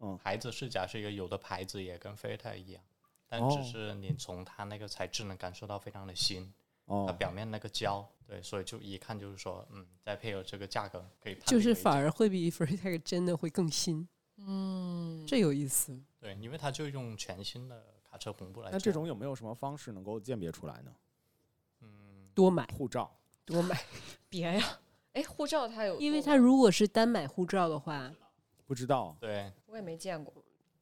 B: 嗯
D: 牌子是假是一个，有的牌子也跟飞太一样，但
B: 哦
D: 只是你从它那个材质能感受到非常的新，它
B: 哦，
D: 表面那个胶，对，所以就一看就是说，嗯，再配合这个价格可以判定
A: 就
D: 为
A: 是
D: 假，
A: 反而会比 Free Tag 真的会更新，
C: 嗯，
A: 这有意思。
D: 对，因为它就用全新的卡车篷布来做，
B: 那啊这种有没有什么方式能够鉴别出来呢？
D: 嗯，
A: 多买
B: 护照
A: 多买，
C: 别呀。哎，护照它有做吗，
A: 因为它如果是单买护照的话，
B: 不知道，
D: 对，
C: 我也没见过。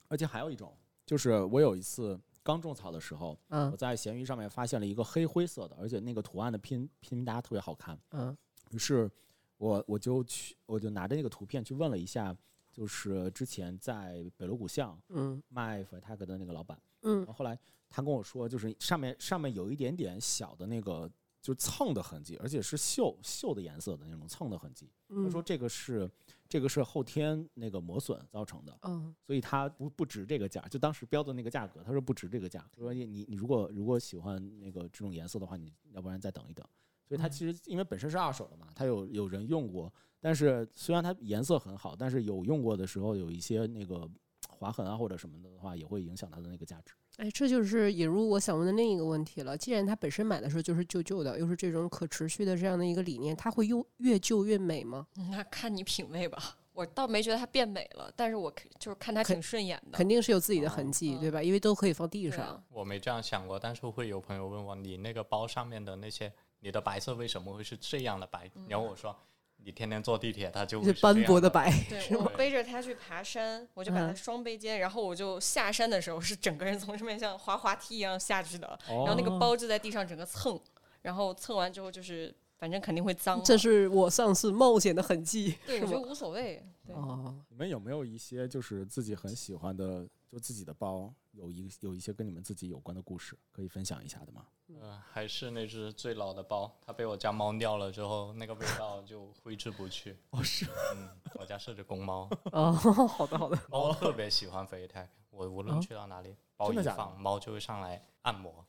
B: 而且还有一种，就是我有一次刚种草的时候，
A: 嗯
B: 我在闲鱼上面发现了一个黑灰色的，而且那个图案的拼拼搭特别好看，
A: 嗯，
B: 于是我我就去我就拿着那个图片去问了一下，就是之前在北锣鼓巷
A: 嗯
B: 卖 f r e t a g 的那个老板。
A: 嗯
B: 然后后来他跟我说，就是上面上面有一点点小的那个就蹭的痕迹，而且是锈锈的颜色的那种蹭的痕迹。他
A: 嗯，
B: 说这个是这个是后天那个磨损造成的，
A: 嗯，
B: 所以它不不值这个价，就当时标的那个价格，他说不值这个价，他说你你你如果如果喜欢那个这种颜色的话，你要不然再等一等。所以它其实因为本身是二手的嘛，它有有人用过，但是虽然它颜色很好，但是有用过的时候有一些那个划痕啊或者什么的话，也会影响它的那个价值。
A: 哎，这就是引入我想问的另一个问题了。既然它本身买的时候就是旧旧的，又是这种可持续的这样的一个理念，它会用越旧越美吗？
C: 那看你品味吧。我倒没觉得它变美了，但是我看就是看它
A: 肯
C: 挺顺眼的。
A: 肯定是有自己的痕
D: 哦
A: 迹，
C: 嗯
A: 对吧？因为都可以放地
C: 对啊
A: 上。
D: 我没这样想过，但是会有朋友问我，你那个包上面的那些，你的白色为什么会是这样的白？然后我说，你天天坐地铁，它就会
A: 是
D: 这
A: 嗯斑
D: 样
A: 驳
D: 的
A: 的。白，
C: 对
D: 是
C: 我
D: 吗
C: 背着它去爬山，我就把它
A: 嗯
C: 双背肩，然后我就下山的时候是整个人从上面像滑滑梯一样下去的，
B: 然
C: 然后那
A: 哦
C: 个包就在地上整个蹭，然后蹭完之后就是反正肯定会脏嘛，
A: 这是我上次冒险的痕迹，
C: 对
A: 是
C: 我觉得
A: 吗？
C: 无所谓，对，
A: 哦，
B: 你们有没有一些就是自己很喜欢的，就自己的包，有一有一些跟你们自己有关的故事可以分享一下的吗？
D: 呃，还是那只最老的包，它被我家猫尿了之后，那个味道就挥之不去。
B: *laughs* 哦，是
D: 嗯，我家是只
B: *laughs*
D: 公猫，
A: 哦，好的好的，
D: 猫特别喜欢飞 tag，我无论
A: 哦
D: 去到哪里，包
B: 真的
D: 一
B: 假的
D: 放，猫就会上来按摩，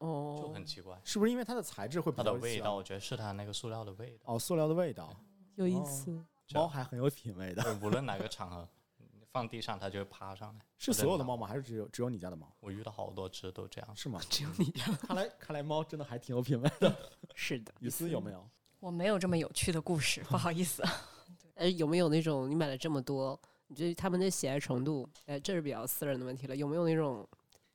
D: 就
A: 哦
D: 很，奇怪。
B: 是不是因为它的材质会比
D: 它
B: 较
D: 的味
B: 香
D: 道，我觉得是它那个塑料的味道。
B: 哦，塑料的味道，
A: 有意
B: 哦
A: 思。
D: 这
B: 猫
D: 样
B: 还很有品味的。
D: 对，无论哪个场合，放地上它就会爬上来。
B: 是
D: 我在
B: 所有的
D: 脑
B: 猫吗？还是只有只有你家的猫？
D: 我遇到好多 *laughs* 只都这样。
B: 是吗？
A: 只有你家
B: *laughs* 看来看来猫真的还挺有品味的。
A: 是的，
B: 雨丝有没有？
C: 我没有这么有趣的故事，不好
A: *laughs*
C: 意思。
A: 呃，有没有那种你买了这么多，你觉得他们的喜爱程度？呃，这是比较私人的问题了。有没有那种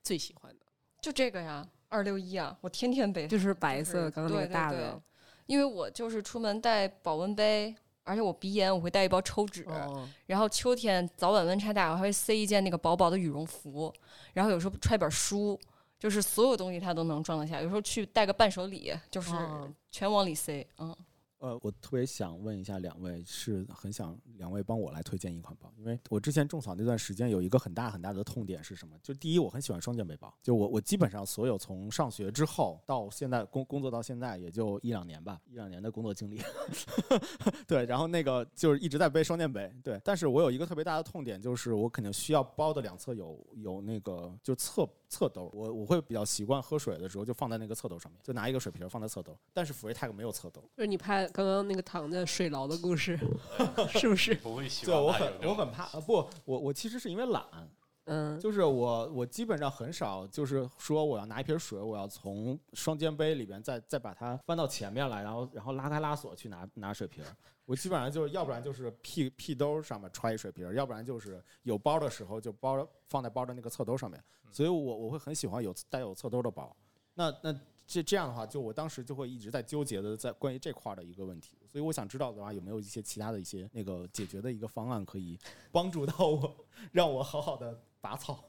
A: 最喜欢的？
C: 就这个呀，二六一啊，我天天背它，
A: 就是白
C: 就
A: 色
C: 是
A: 刚刚那
C: 对
A: 个
C: 对
A: 大
C: 对
A: 的，
C: 因为我就是出门带保温杯，而且我鼻炎，我会带一包抽纸，
A: 哦，
C: 然后秋天早晚温差大，我还会塞一件那个薄薄的羽绒服，然后有时候揣本书，就是所有东西它都能装得下。有时候去带个伴手礼，就是
A: 哦
C: 全往里塞。嗯，
B: 呃，我特别想问一下两位，是很想两位帮我来推荐一款包，因为我之前种草那段时间有一个很大很大的痛点是什么？就第一，我很喜欢双肩背包，就我我基本上所有从上学之后到现在工工作到现在也就一两年吧，一两年的工作经历， *laughs* 对，然后那个就是一直在背双肩背，对，但是我有一个特别大的痛点，就是我肯定需要包的两侧有有那个就侧侧兜，我我会比较习惯喝水的时候就放在那个侧兜上面，就拿一个水瓶放在侧兜，但是 free tag 没有侧兜。
A: 就是你拍刚刚那个躺在水牢的故事， *laughs* 是不是？
D: 不会喜
B: 对，
D: 欢
B: 我
D: 它
B: 很
D: 有那
B: 我
D: 种
B: 很怕，呃不，我我其实是因为懒，
A: 嗯，
B: 就是我我基本上很少，就是说我要拿一瓶水，我要从双肩背里边再再把它翻到前面来，然后然后拉开拉锁去拿拿水瓶儿。我基本上就是要不然就是屁屁兜上面揣一水瓶儿，要不然就是有包的时候就包放在包的那个侧兜上面。所以我我会很喜欢有带有侧兜的包。那那这这样的话，就我当时就会一直在纠结的在关于这块儿的一个问题。所以我想知道的话，有没有一些其他的一些那个解决的一个方案可以帮助到我，让我好好的拔草。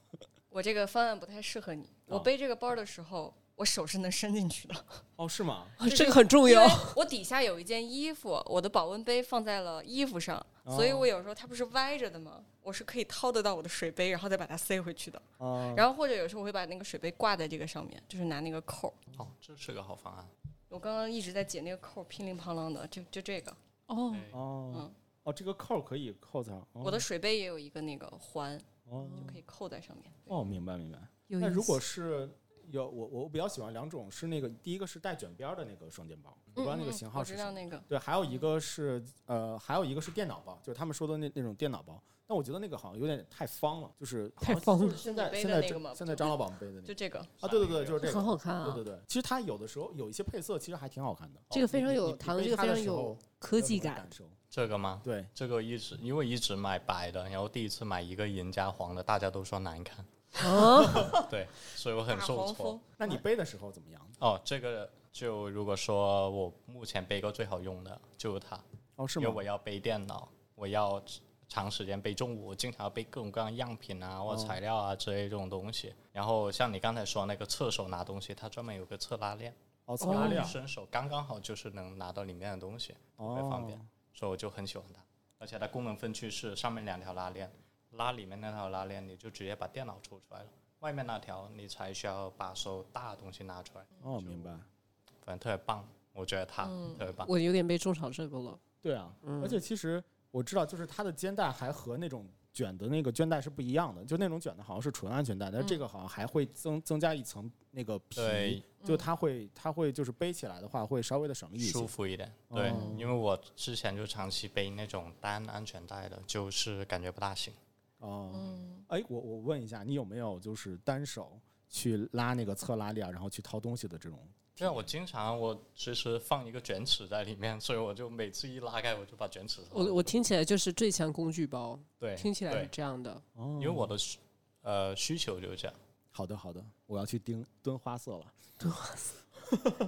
C: 我这个方案不太适合你。我
B: 哦
C: 背这个包的时候，我手是能伸进去的。
B: 哦，是吗？
A: 这个很重要。。
C: 我底下有一件衣服，我的保温杯放在了衣服上，
B: 哦
C: 所以我有时候它不是歪着的吗？我是可以掏得到我的水杯，然后再把它塞回去的。
B: 啊、
C: 然后或者有时候我会把那个水杯挂在这个上面，就是拿那个扣儿。
D: 哦，这是个好方案。
C: 我刚刚一直在解那个扣儿，乒铃乓啷的，就就这个。
A: 哦，
D: 对
B: 哦、
C: 嗯
B: 哦，这个扣儿可以扣上。哦、
C: 我的水杯也有一个那个环，
B: 哦
C: 就可以扣在上面。
B: 哦，明白明白。
A: 有
B: 那
A: 意
B: 如果
A: 思
B: 是有我我比较喜欢两种，是那个第一个是带卷边儿的那个双肩包，我不
C: 嗯
B: 知道
C: 嗯
B: 那个
C: 嗯
B: 型号
C: 我
B: 是
C: 知
B: 什
C: 道
B: 么。
C: 那个。
B: 对，还有一个是呃，还有一个是电脑包，就是他们说的那那种电脑包。但我觉得那个好像有点太方了，就是好像
A: 太方
B: 就
A: 了
B: 是现在
C: 你背
B: 现
C: 的
B: 在
C: 那个
B: 张
C: 吗
B: 现在张老板背的那
C: 就
B: 个
C: 这个，
B: 啊，对对对，就是这
A: 很
B: 个。
A: 好看
B: 对
A: 啊
B: 对，对，其实它有的时候有一些配色，其实还挺好看的。哦
A: 这个非
B: 你
A: 常
B: 你
A: 有
B: 你
A: 糖
B: 背
A: 这个
B: 它
A: 非
B: 的
A: 常
B: 时
A: 有
B: 候
A: 科
B: 有
A: 技
B: 什么
A: 感。
B: 受。
D: 这个吗？
B: 对，
D: 这个一直因为一直买白的，然后第一次买一个银加黄的，大家都说难看，
A: 啊，
B: 哦
D: *laughs* 对，所以我
C: 大
D: 很受
C: 黄
D: 挫
C: 蜂。，
B: 那你背的时候怎么样？
D: 哦，这个就如果说我目前背过最好用的就是它，
B: 哦，是
D: 因
B: 吗
D: 为？我要背电脑，我要长时间背，中午我经常要背各种各样样品啊或
B: 哦
D: 者材料啊之类这种东西。然后像你刚才说那个侧手拿东西，它专门有个侧拉链，
B: 哦，侧
A: 哦
B: 拉
D: 拉
B: 链
D: 链，伸手刚刚好就是能拿到里面的东西。
B: 哦，
D: 会方便所以我就很喜欢它。而且它功能分区是上面两条拉链，拉里面那条拉链你就直接把电脑抽出来了，外面那条你才需要把所有大的东西拿出来。
B: 哦，明白。
D: 反正特别棒，我觉得它
C: 嗯
D: 特别棒。
A: 我有点被种草这个了。
B: 对啊，
A: 嗯
B: 而且其实我知道，就是它的肩带还和那种卷的那个绢带是不一样的，就那种卷的好像是纯安全带，但是这个好像还会增增加一层那个皮
D: 嗯对，嗯
B: 就它会它会就是背起来的话会稍微的省力一
D: 舒
B: 些。
D: 服一点，对
B: 哦，
D: 因为我之前就长期背那种单安全带的，就是感觉不大行。
B: 哦，
C: 嗯，
B: 哎，我我问一下，你有没有就是单手去拉那个侧拉链，然后去掏东西的这种？
D: 对啊，我经常我随时放一个卷尺在里面，所以我就每次一拉开我就把卷尺。
B: 哦
A: 我我听起来就是最强工具包，
D: 对，
A: 听起来是嗯
D: 对，
A: 这样的。
B: 哦，
D: 因为我的需呃需求就是这样。
B: 好的好的，我要去盯蹲花色了。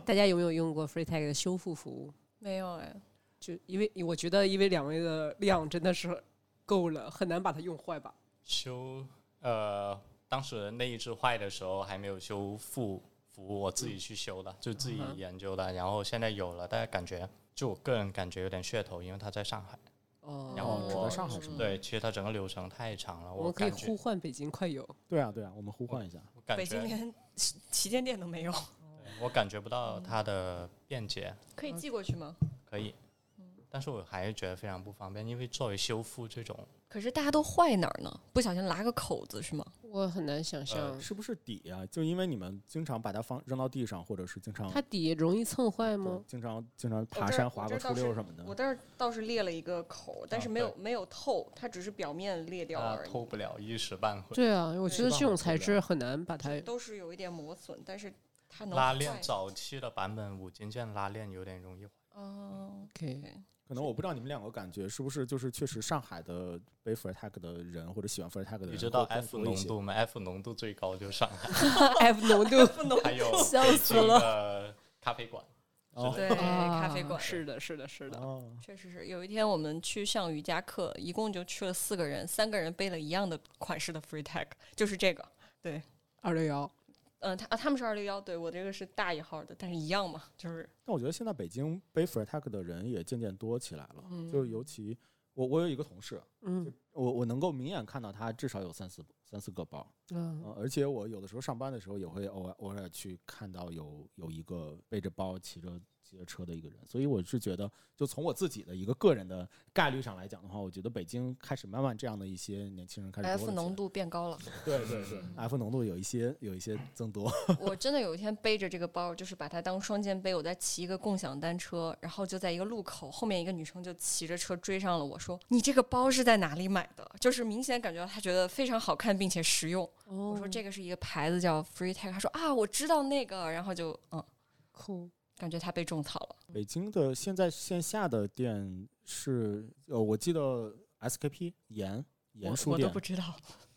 A: 大家有没有用过 FreeTag 的修复服务？
C: 没有哎，
A: 就因为我觉得，因为两位的量真的是够了，很难把它用坏吧？
D: 修呃，当时那一只坏的时候还没有修复服务，我自己去修的，就自己
A: 嗯哼
D: 研究的。然后现在有了，但是感觉就我个人感觉有点噱头，因为它在上海。
A: 哦，
D: 然后
B: 哦，只
D: 我
B: 在上海是吗？
D: 对，其实它整个流程太长了，
A: 我们可以
D: 感觉
A: 互换北京快邮。
B: 对啊对啊，我们互换一下。
D: 我感
C: 北京
D: 觉
C: 连 *laughs* 旗舰店都没有，
D: 我感觉不到它的便捷，
C: 可以寄过去吗？
D: 可以。但是我还是觉得非常不方便，因为作为修复这种，
C: 可是大家都坏哪儿呢？不小心拉个口子是吗？
A: 我很难想象，
C: 嗯
D: 呃
B: 是不是底啊？就因为你们经常把它放扔到地上，或者是经常
A: 它底容易蹭坏
B: 对
A: 吗？
B: 经常经常
C: 嗯我
B: 爬
C: 这儿
B: 山
C: 我
B: 滑
C: 这
B: 个
C: 儿
B: 出
C: 倒
B: 溜
C: 是
B: 什么的。
C: 我这儿倒是裂了一个口，但
D: 啊
C: 是没有、
D: 对啊
C: 没有透，它只是表面裂掉
D: 它
C: 而已，
D: 偷呃不了一时半会。
A: 对啊，我觉得
B: 是吧
A: 这种材质很难把它。
C: 都是有一点磨损，但是它能
D: 拉链
C: 坏
D: 早期的版本五金件拉链有点容易坏，
C: 哦，
A: OK，
B: 可能我不知道你们两个感觉是不是就是确实上海的背 f r t a g 的人或者喜欢 f r t a g 的人，
D: 你知道 F 浓度吗？F 浓度最高就上海。
A: F 浓度
C: 不能
D: 还有
C: 笑
D: 北
C: 死
D: 京
C: 了
D: 的咖啡馆，
B: 哦
C: 对、咖啡馆。
A: 是的，是的，是的。
B: 哦，
C: 确实是，有一天我们去上瑜伽课，一共就去了四个人，三个人背了一样的款式的 Free Tag，就是这个。
A: 二六幺，
C: 嗯，他啊，他们是二六幺，对我这个是大一号的，但是一样嘛，就是
B: 但我觉得现在北京背 f r t a g 的人也渐渐多起来了，
C: 嗯
B: 就是尤其我我有一个同事，
A: 嗯
B: 我我能够明眼看到他至少有三四三四个包，
A: 嗯，
B: 呃而且我有的时候上班的时候也会偶尔偶尔去看到有有一个背着包骑着骑着车的一个人，所以我是觉得，就从我自己的一个个人的概率上来讲的话，我觉得北京开始慢慢这样的一些年轻人开始多
C: F
B: 了起来
C: 浓，度变高了。
B: 对对对，F 浓度有一些有一些增多，
C: 我真的有一天背着这个包，就是把它当双肩背，我在骑一个共享单车，然后就在一个路口，后面一个女生就骑着车追上了我说：“你这个包是在哪里买的？”就是明显感觉到她觉得非常好看并且实用。
A: 我
C: 我说这个是一个牌子叫 Free Tag，她说啊，我知道那个，然后就嗯，
A: 酷，
C: 感觉她被种草了。
B: 北京的现在线下的店是呃，我记得 SKP 盐盐
C: 我
B: 书
C: 我都
B: 店
C: 不，知道，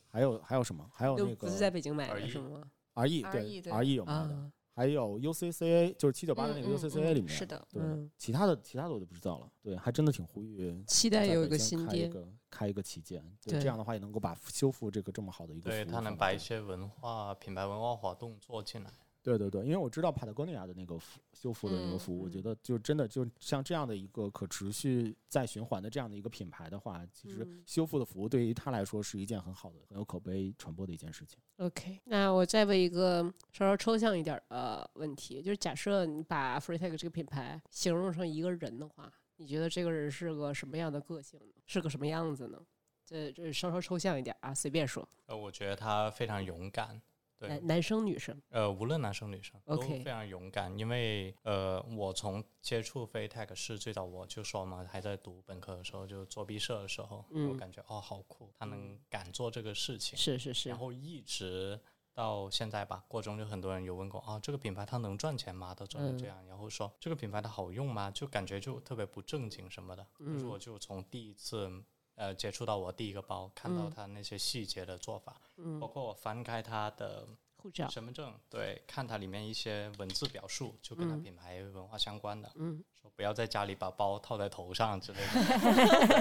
B: 还有还有什么？还有
A: 就
B: 那
A: 不是在
B: 个
A: 北京买的
D: RE
A: 是吗？
B: R E 对
C: RE 对
B: R E 有卖的，
A: 啊，
B: 还有 UCCA 就是七九八的那
C: 嗯
B: 个
C: 嗯
B: UCCA
C: 嗯
B: 里面。
C: 是的，
B: 对，
A: 嗯
B: 其他的其他的我就不知道了。对，还真的挺呼吁
A: 期
B: 在
A: 待有
B: 北
A: 一个
B: 京
A: 新
B: 开一
A: 店。
B: 个开一个旗舰，对，
A: 对
B: 这样的话也能够把修复这个这么好的一个
D: 对
B: 服务
D: 它能
B: 放
D: 把
B: 在
D: 一些文化品牌文化活动做进来。
B: 对对对，因为我知道 Patagonia 的那个服修复的那个
C: 嗯
B: 服务，我觉
A: 嗯
B: 得就真的就像这样的一个可持续再循环的这样的一个品牌的话，其实
A: 嗯
B: 修复的服务对于它来说是一件很好的、很有口碑传播的一件事情。
A: OK，那我再问一个稍稍抽象一点儿的问题，就是假设你把 FreeTag 这个品牌形容成一个人的话，你觉得这个人是个什么样的个性呢？是个什么样子呢？这这稍稍抽象一点儿啊，随便说，
D: 呃，我觉得他非常勇敢，对
A: 男，男生女生，
D: 呃，无论男生女生都
A: OK
D: 非常勇敢，因为呃，我从接触 f a t e c 是最早我就说嘛，还在读本科的时候，就做毕设的时候，
A: 嗯
D: 我感觉哦好酷，他能敢做这个事情，
A: 是是是
D: 然，后一直到现在吧，过程就很多人有问过啊，这个品牌它能赚钱吗？到最后
A: 嗯
D: 这样，然后说这个品牌它好用吗？就感觉就特别不正经什么的。但是
A: 嗯
D: 我就从第一次呃接触到我第一个包，看到
A: 嗯
D: 它那些细节的做法，
A: 嗯
D: 包，括我翻开它的
A: 护照，
D: 身份证，对，看它里面一些文字表述，就跟它
A: 嗯
D: 品牌文化相关的， *laughs*
A: 嗯，
D: 说不要在家里把包套在头上之类
A: *laughs*
D: 的。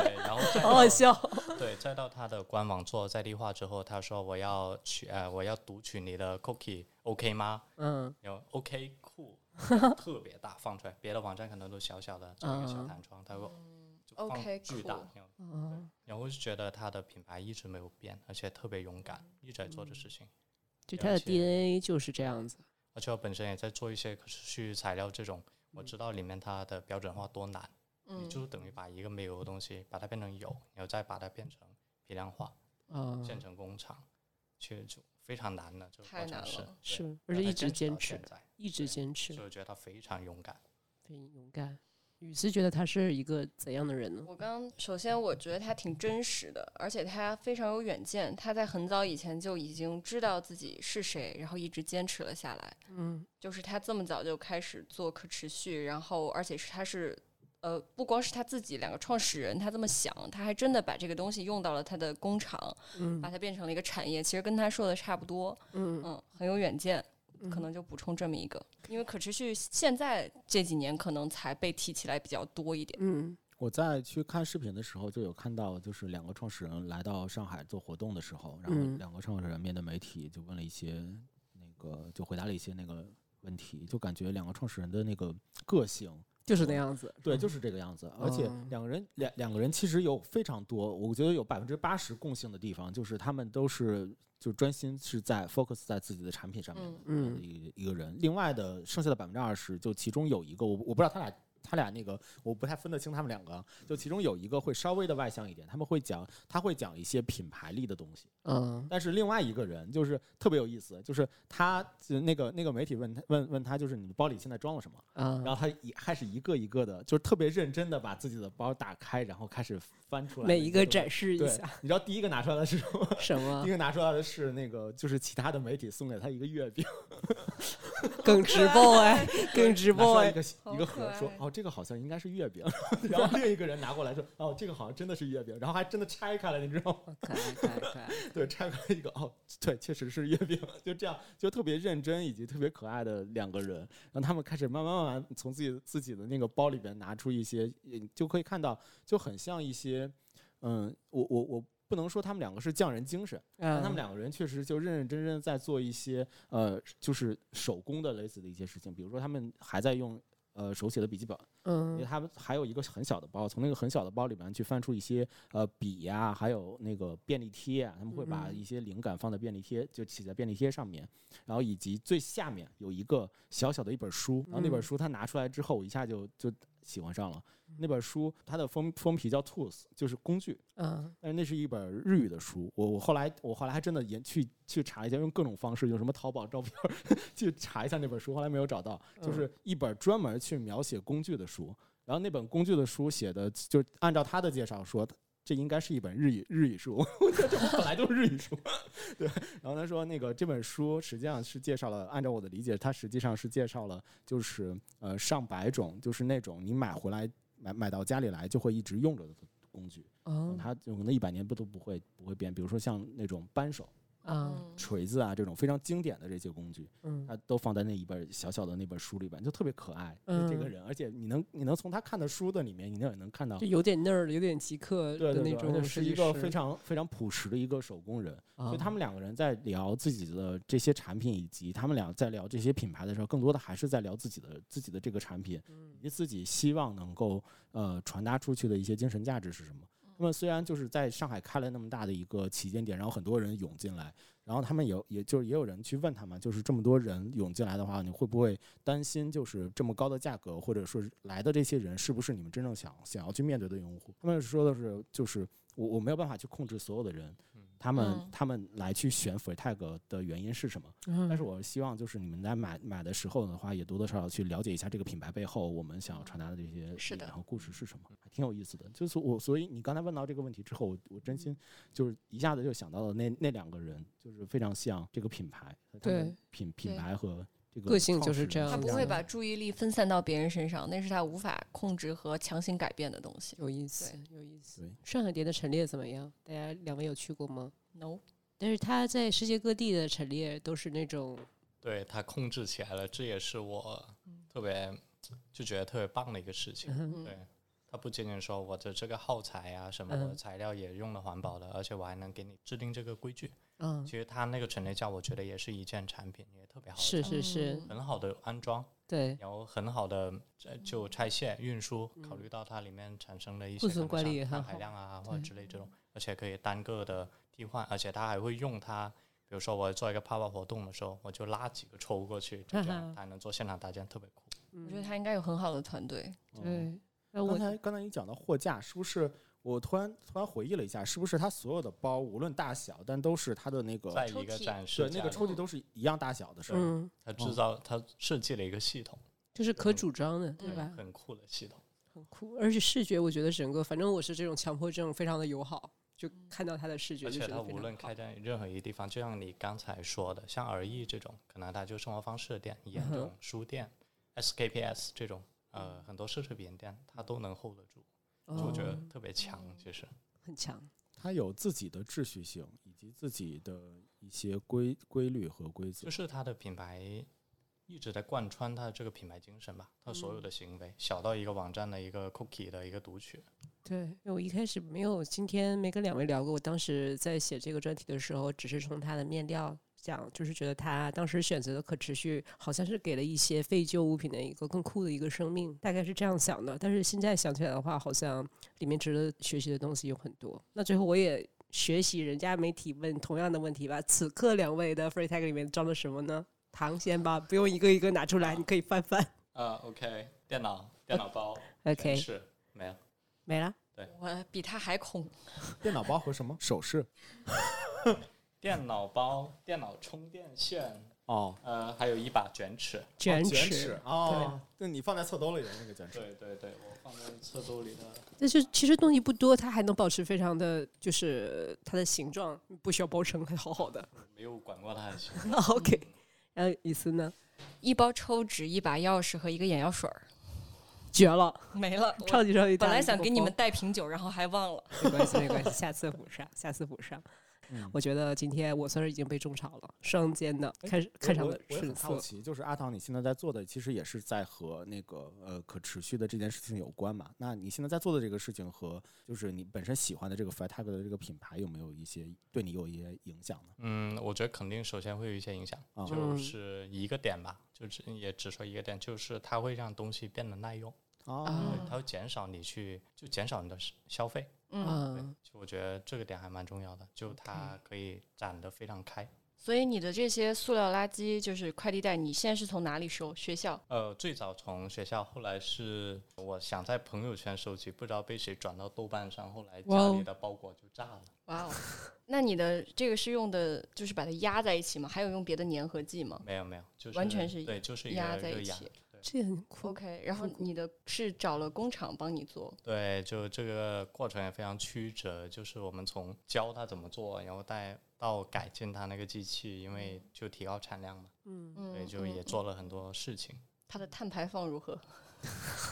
D: 对，然后再到
A: 笑，
C: *laughs*
D: 对，再到他的官网做在地化之后，他说我要取呃我要读取你的 cookie，OK、吗？ *laughs*
A: 嗯
D: 然后 OK 酷，特别大放出来，别的网站可能都小小的，这个小
A: 嗯
D: 弹窗，他说就放
C: OK
D: 巨大。
C: cool
D: 然后
A: 嗯，
D: 然后我就觉得他的品牌一直没
C: 嗯
D: 有变，而且特别勇敢，一直在做这事情。
A: 就
D: 了
A: 他的
D: 解
A: DNA 就是这样子，
D: 而且我本身也在做一些可持续材料这种，我知道里面它的标准化多难，你
C: 嗯，
D: 就等于把一个没有的东西把它变成有，然后再把它变成批量化，
A: 哦
E: 嗯，
D: 建成工厂，其实就非常难的，这个
C: 太
D: 过程
C: 难
D: 是
C: 了
E: 是
D: 对
E: 而
D: 然
E: 且
D: 后再
E: 一直
D: 坚
E: 坚
D: 持到现
E: 持
D: 在，
E: 一直
D: 对
E: 坚持
D: 所以，我觉得他非常勇敢。
E: 非常勇敢。雨思觉得他是一个怎样的人呢？
C: 我刚首先我觉得他挺真实的，而且他非常有远见，他在很早以前就已经知道自己是谁，然后一直坚持了下来。
E: 嗯，
C: 就是他这么早就开始做可持续，然后而且是他是。呃，不光是他自己两个创始人，他这么想，他还真的把这个东西用到了他的工厂，
E: 嗯
C: 把它变成了一个产业。其实跟他说的差不多，
E: 嗯，
C: 嗯，很有远见，可
E: 嗯
C: 能就补充这么一个。因为可持续现在这几年可能才被提起来比较多一点。
E: 嗯
B: 我在去看视频的时候，就有看到，就是两个创始人来到上海做活动的时候，然后
E: 嗯
B: 两个创始人面对媒体就问了一些那个，就回答了一些那个问题，就感觉两个创始人的那个个性，
E: 就是那样子。
B: 对，
E: 嗯
B: 就是这个样子。而且
E: 嗯
B: 两个人两两个人其实有非常多，我觉得有百分之八十共性的地方，就是他们都是就专心是在 focus 在自己的产品上面的
C: 嗯
E: 嗯
B: 一一个人。另外的剩下的百分之二十，就其中有一个我我不知道他俩。他俩那个我不太分得清他们两个，啊就其中有一个会稍微的外向一点，他们会讲他会讲一些品牌力的东西，
E: 嗯
B: 但是另外一个人就是特别有意思，就是他就那个那个媒体问他问问他就是你包里现在装了什么，
E: 嗯，
B: 然后他一开始一个一个的，就是特别认真的把自己的包打开，然后开始翻出来
E: 每一个
B: 展
E: 展示一
B: 对
E: 下，嗯
B: 你知道第一个拿出来的是什么？
E: 什
B: 第
E: 么
B: 一个拿出来的是那个，就是其他的媒体送给他一个月饼，
E: 更直播哎，更直
B: 啊拿出
E: 播
B: 来一
E: 哎，
B: 个
C: 好
B: 一个盒，说
C: 可爱
B: 哦，这个好像应该是月饼，然后另一个人拿过来说哦，这个好像真的是月饼，然后还真的拆开了，你知道吗？
A: 可爱可爱可
B: *laughs*
A: 爱，
B: 对，拆开一个哦，对，确实是月饼，就这样，就特别认真以及特别可爱的两个人，让他们开始慢慢慢慢从自己自己的那个包里边拿出一些，也就可以看到，就很像一些，嗯，我我我不能说他们两个是匠人精神，但他们
E: 嗯
B: 两个人确实就认认真真地在做一些呃，就是手工的类似的一些事情，比如说他们还在用。呃，手写的笔记本，因为
E: 嗯
B: 他们还有一个很小的包，从那个很小的包里面去翻出一些呃笔呀、还有那个便利贴啊，他们会把
E: 嗯
B: 一些灵感放在便利贴，就写在便利贴上面，然后以及最下面有一个小小的一本书，然后那本
E: 嗯
B: 书他拿出来之后，我一下就就喜欢上了。那本书它的封封皮叫 Tools，就是工具，
E: 嗯
B: 但是那是一本日语的书，我我后来我后来还真的也去去查了一下，用各种方式，用什么淘宝照片儿 *laughs* 去查一下那本书，后来没有找到，就
E: 嗯
B: 是一本专门去描写工具的书。然后那本工具的书写的，就按照他的介绍说，这应该是一本日语日语书， *laughs* 我觉得这本来就是日语书。 *laughs* 对，然后他说那个这本书实际上是介绍了，按照我的理解，它实际上是介绍了就是呃上百种，就是那种你买回来买买到家里来就会一直用着的工具。嗯
E: 嗯
B: 它有可能一百年不都不会不会变。比如说像那种扳手、
E: 嗯
B: 锤子啊这种非常经典的这些工具，
E: 嗯
B: 它都放在那一本小小的那本书里边，就特别可爱。就这个
E: 嗯
B: 人，而且你能你能从他看的书的里面，你能也能看到
E: 就。有点那儿，有点极客
B: 对
E: 的那
B: 对对，而且
E: 种设
B: 是
E: 计
B: 一
E: 师，
B: 个非常非常朴实的一个手工人，
E: 啊，
B: 所以他们两个人在聊自己的这些产品，以及他们俩在聊这些品牌的时候，更多的还是在聊自己的自己的这个产品，以及自己希望能够呃传达出去的一些精神价值是什么。那么虽然就是在上海开了那么大的一个旗舰店，然后很多人涌进来，然后他们有也就是也有人去问他们，就是这么多人涌进来的话，你会不会担心就是这么高的价格，或者说是来的这些人是不是你们真正想想要去面对的用户？他们说的是就是我我没有办法去控制所有的人，他们、
C: 嗯
B: 他们来去选 f r e e t a g 的原因是什么？但
E: 嗯
B: 是我希望就是你们在买买的时候的话，也多多少少去了解一下这个品牌背后我们想要传达的这些
C: 是
B: 理
C: 的
B: 然后故事是什么，还挺有意思的。就是我，所以你刚才问到这个问题之后，我我真心就是一下子就想到了那那两个人，就是非常像这个品牌，他们
E: 对
B: 品品
C: 对
B: 牌和这个
E: 个性
B: 创
E: 就是
B: 始人
E: 这样
C: 他
B: 是
C: 不
B: 这
C: 会
B: 样的
C: 把注意力分散到别人身上，那是他无法控制和强行改变的东西。
E: 有意思，有意思
B: 对。
E: 上海碟的陈列怎么样？大家两位有去过吗？
C: No，
E: 但是他在世界各地的陈列都是那种，
D: 对他控制起来了，这也是我特别就觉得特别棒的一个事情。
E: 嗯
C: 嗯
D: 对，他不仅仅说我的这个耗材啊什么，
E: 嗯
D: 我的材料也用了环保的，而且我还能给你制定这个规矩。
E: 嗯
D: 其，实他那个陈列架，我觉得也是一件产品，也特别好的
E: 是
D: 产
E: 是是，
C: 嗯
D: 品，很好的安装，
E: 对，
D: 然后很好的呃就拆卸、运输，考虑到它里面产生的一些
E: 库存
D: 可
E: 嗯管
D: 能
E: 理也
D: 碳
E: 很
D: 排
E: 好
D: 量啊或者之类这种，而且可以单个的替换，而且它还会用它，比比如说我做一个泡泡活动的时候，我就拉几个抽过去，就这样还能做现场搭建，特别酷。
A: 嗯
C: 我觉得他应该有很好的团队。
B: 嗯
A: 对，那
B: 刚
A: 我
B: 才刚才你讲到货架，是不是我突然突然回忆了一下，是不是它所有的包无论大小，但都是它的那个
D: 在
C: 抽
D: 一个
C: 屉
D: 展示
B: 对那个
D: 架
B: 抽屉都是一样大小的，是吧？
F: 嗯，
D: 它制造它设计了一个系统，
A: 就是可主张的，对
C: 嗯
A: 吧？
D: 很酷的系统。
A: 很酷，而且视觉，我觉得整个，反正我是这种强迫症，非常的友好，就看到他的视觉
D: 而
A: 就
D: 且
A: 觉
D: 它
A: 得非
D: 无论
A: 常好
D: 开。在任何一个地方，就像你刚才说的，像而艺这种，可能它就生活方式的店、眼
A: 嗯
D: 这
A: 哼
D: 种书店、SKPS 这种，呃，很多奢侈品店它都能 hold 得住，所以我觉得
A: 哦
D: 特别强。其实，
A: 很强，
B: 它有自己的秩序性，以及自己的一些规规律和规则
D: 就。是它的品牌一直在贯穿它的这个品牌精神吧，它所有的行为，小到一个网站的一个 cookie 的一个读取，
A: 对，因为我一开始没有，今天没跟两位聊过。我当时在写这个专题的时候，只是从他的面料讲，就是觉得他当时选择的可持续，好像是给了一些废旧物品的一个更酷的一个生命，大概是这样想的。但是现在想起来的话，好像里面值得学习的东西有很多。那最后我也学习人家媒体问同样的问题吧。此刻两位的 free tag 里面装了什么呢？唐先吧，不用一个一个拿出来，你可以翻翻。
D: 啊，OK，电脑、电脑包
A: *laughs* OK，
D: 是没有。
A: 没了。
C: 我比他还恐，
B: 电脑包和什么首饰？
D: 电脑包、电脑充电线，
B: 哦，
D: 呃，还有一把卷尺。
A: 卷
B: 哦
A: 尺，
B: 尺哦，对，你放在侧兜里的那个卷尺。
D: 对对对，我放在侧兜里的。
A: 但是其实东西不多，它还能保持非常的，就是它的形状不需要包成，还好好的。
D: 没有管过它的行
A: *laughs* OK，然 *laughs* 后雨思呢，
C: 一包抽纸、一把钥匙和一个眼药水儿
A: 绝了，
C: 没了。我
A: 超级超级大的
C: 本来
A: 一个
C: 想给你
A: 包
C: 们带瓶酒，然后还忘了。
A: 没关系，没关系，下次补上，下次补上。我觉得今天我算是已经被种草了，双肩的
B: 嗯哎
A: 看看上
B: 我
A: 的
B: 我也
A: 顺
B: 很好
A: 色，
B: 奇，就是阿唐，你现在在做的其实也是在和那个呃可持续的这件事情有关嘛？那你现在在做的这个事情和就是你本身喜欢的这个 f r e t a g 的这个品牌有没有一些对你有一些影响呢？
D: 嗯，我觉得肯定首先会有一些影响，
B: 啊
D: 就是一个点吧，就只也只说一个点，就是它会让东西变得耐用，
A: 啊
B: 哦，
D: 对，它会减少你去就减少你的消消费。
C: 嗯，
D: 对
A: 嗯，，
D: 就我觉得这个点还蛮重要的，就它可以展得非常开。
C: 所以你的这些塑料垃圾就是快递袋，你现在是从哪里收？学校？
D: 呃，最早从学校，后来是我想在朋友圈收集，不知道被谁转到豆瓣上，后来
A: 哇
D: 家
A: 哦
D: 里的包裹就炸了。
C: 哇哦，那你的这个是用的，就是把它压在一起吗？还有用别的粘合剂吗
D: 没有没有，就是
C: 完全是
D: 对，就是一
C: 压
D: 个
C: 在
D: 一个
C: 一
D: 压
C: 起
A: 这很酷，
C: ？OK，然后你的是找了工厂帮你做，
D: 对，就这个过程也非常曲折，就是我们从教他怎么做，然后带到改进他那个机器，因为就提高产量嘛，
A: 嗯，
D: 所以
C: 嗯，
D: 就也做了很多事情。
C: 它的碳排放如何？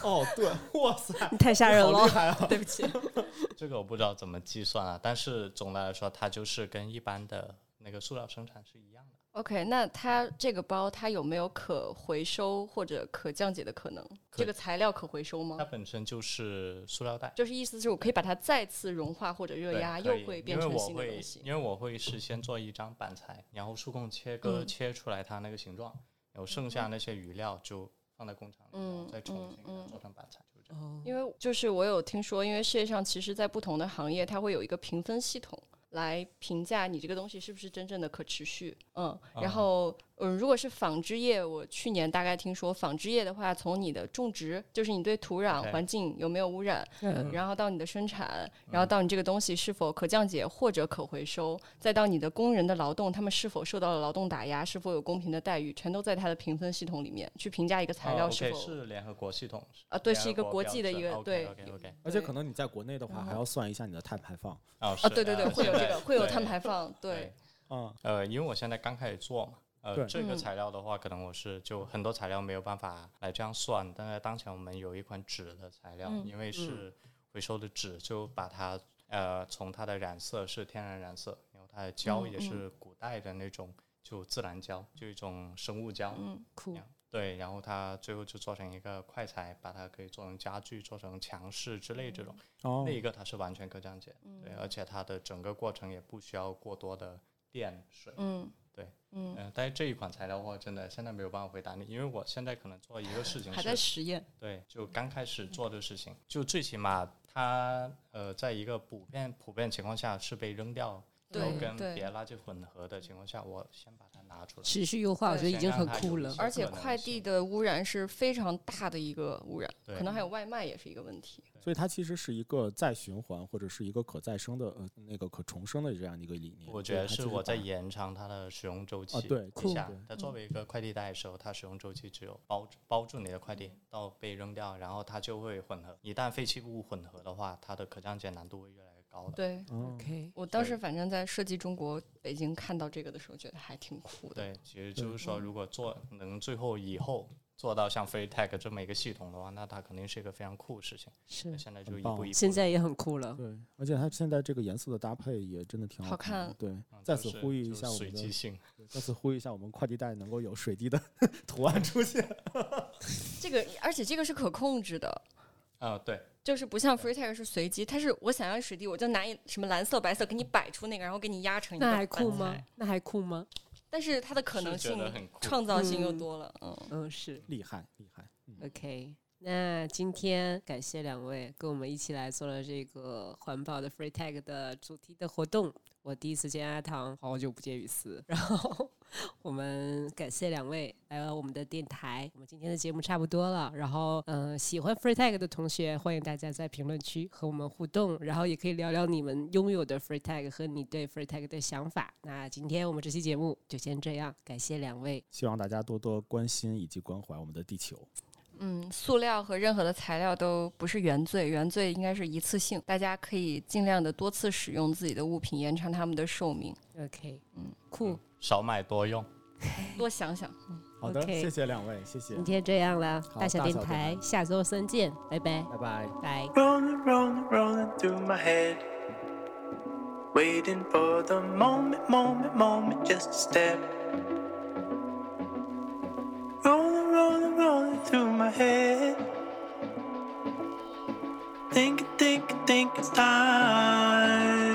B: 哦，对，哇塞，
A: 你太吓人
B: 好厉
A: 了，
B: 害啊！
A: 对不起，
D: *laughs* 这个我不知道怎么计算啊，但是总的来说，它就是跟一般的那个塑料生产是一样的。
C: OK，那它这个包它有没有可回收或者可降解的可能？
D: 可
C: 这个材料可回收
D: 它
C: 吗？
D: 本身就是塑料袋，
C: 就是意思是我可以把它再次融化或者热
D: 对
C: 压，
D: 可
C: 又
D: 以
C: 会
D: 因
C: 变
D: 为
C: 成
D: 我
C: 新的
D: 会
C: 东西。
D: 因为我会事先做一张板材，然后数控切割
C: 嗯
D: 切出来它那个形状，然后剩下那些余料就放在工厂里，然
C: 嗯
D: 后再重新给
C: 嗯嗯
D: 它做成板材，就是这样。
A: 哦
C: 因为就是我有听说，因为世界上其实，在不同的行业，它会有一个评分系统来评价你这个东西是不是真正的可持续。嗯，
D: 啊
C: 然后嗯，如果是纺织业，我去年大概听说，纺织业的话，从你的种植，就是你对土壤
D: OK
C: 环境有没有污染，
A: 嗯
C: 然后到你的生产，然
D: 嗯
C: 后到你这个东西是否可降解或者可回收，再到你的工人的劳动，他们是否受到了劳动打压，是否有公平的待遇，全都在它的评分系统里面去评价一个材料
D: 哦
C: 是
D: OK，
C: 否。
D: 是联合国系统
C: 啊，对，是一个
D: 联合
C: 国际的
D: 标
C: 一
D: 准
C: 个
D: OK，
C: 对
D: OK OK
B: 而且可能你在国内的话，
C: 嗯
B: 还要算一下你的碳排放。
D: 哦
C: 啊，
D: 是
C: 对对对，
D: 呃
C: 会有这
D: 现
C: 个，
D: 在
C: 会有
D: 对
C: 碳排放，对
D: 对，
B: 嗯，
D: 呃，因为我现在刚开始做嘛，呃，
B: 对
D: 这个
C: 嗯
D: 材料的话，可能我是就很多材料没有办法来这样算，但是当前我们有一款纸的材料，
C: 嗯
D: 因为是回收的纸，就把它呃从它的染色是天然染色，然后它的胶
C: 嗯
D: 也是古代的那种就自然胶，就一种生物胶，
C: 嗯，
A: 酷，
D: 对，然后它最后就做成一个快材，把它可以做成家具，做成墙饰之类这种。
B: 哦
C: 嗯
D: 那一个它是完全可降解，对，而且它的整个过程也不需要过多的电水，
C: 嗯，
D: 对，
C: 嗯，
D: 嗯，但是这一款材料的话，真的现在没有办法回答你，因为我现在可能做一个事情
C: 还在嗯
D: 是，
C: 实验，
D: 对，就刚开始做的事情，就最起码它呃，在一个普遍普遍情况下是被扔掉。然后
C: 对
D: 跟
C: 对
D: 别垃圾混合的情况下，我先把它拿出
A: *laughs*
D: 来。
A: 持续优化，我觉得已
D: 先
A: 经
D: 让
A: 很
D: 它
A: 酷
D: 有一
A: 了
D: 些。
C: 而且
D: 可能
C: 快递
D: 性
C: 的污染是非常大的一个污染，
D: 对
C: 可能还有外卖也是一个问题。
B: 所以它其实是一个再循环或者是一个可再生的呃那个可重生的这样的一个理念。
D: 我
B: 对
D: 觉得
B: 它就是
D: 我在
B: 把
D: 延长它的使用周期。
B: 啊对
D: 一
B: 酷
D: 下
B: 对，
C: 嗯
D: 它作为一个快递袋的时候，它使用周期只有包住包住你的快递
C: 嗯
D: 到被扔掉，然后它就会混合。一旦废弃物混合的话，它的可降解难度会越来越高的。
C: 对
B: 嗯
A: OK，
C: 我当时
D: 对
C: 反正在设计中国北京看到这个的时候，觉得还挺酷的。
D: 对，其实就是说，如果做能最后以后做到像 Free Tag 这么一个系统的话，那它肯定是一个非常酷的事情。
A: 是
D: 那现在就
B: 很
D: 一步
B: 棒
D: 一步。
A: 现在也很酷了。
B: 对，而且它现在这个颜色的搭配也真的挺
C: 好
B: 看的。
C: 看
B: 对，
D: 嗯
B: 再
D: 就
B: 次
D: 是
B: 呼吁一
D: 就是
B: 下我
D: 随
B: 们的
D: 机性。
B: 再次呼吁一下我们快递袋能够有水滴的 *laughs* 图案出现。
C: 这个，而且这个是可控制的，
D: 啊，对，
C: 就是不像 free tag 是随机，它是我想要水滴，我就拿一什么蓝色、白色给你摆出那个，然后给你压成一个
A: 那还
C: 板
A: 酷
C: 材
A: 吗？？那还酷吗？
C: 但是它的可
D: 是
C: 能
D: 觉
C: 性
D: 得、很酷。
C: 创造性又
A: 嗯
C: 多了。嗯，
A: 嗯，是
B: 厉害，厉害。
A: 哎
B: 嗯，
A: OK。那今天感谢两位跟我们一起来做了这个环保的 Free Tag 的主题的活动。我第一次见阿唐，好久不见雨丝。然后我们感谢两位来到我们的电台。我们今天的节目差不多了。然后，嗯、喜欢 Free Tag 的同学，欢迎大家在评论区和我们互动，然后也可以聊聊你们拥有的 Free Tag 和你对 Free Tag 的想法。那今天我们这期节目就先这样，感谢两位。
B: 希望大家多多关心以及关怀我们的地球。
C: 嗯，塑料和任何的材料都不是原罪，原罪应该是一次性，大家可以尽量的多次使用自己的物品，延长它们的寿命。
A: OK，
C: 嗯
A: 酷
D: 嗯，少买多用。
C: 多想想，
B: 好的
A: OK 嗯
B: 谢谢两位，谢谢
A: 今，天这样了，
B: 好
A: 大小
B: 大
A: 电
B: 小电
A: 台下周三见，拜拜
B: 拜拜。
A: 拜。
G: Rolling, rolling, rolling through my head. Waiting for the moment, moment, moment, just a step. Rolling, rolling, rolling through my head. Thinking, thinking, thinking, it's time.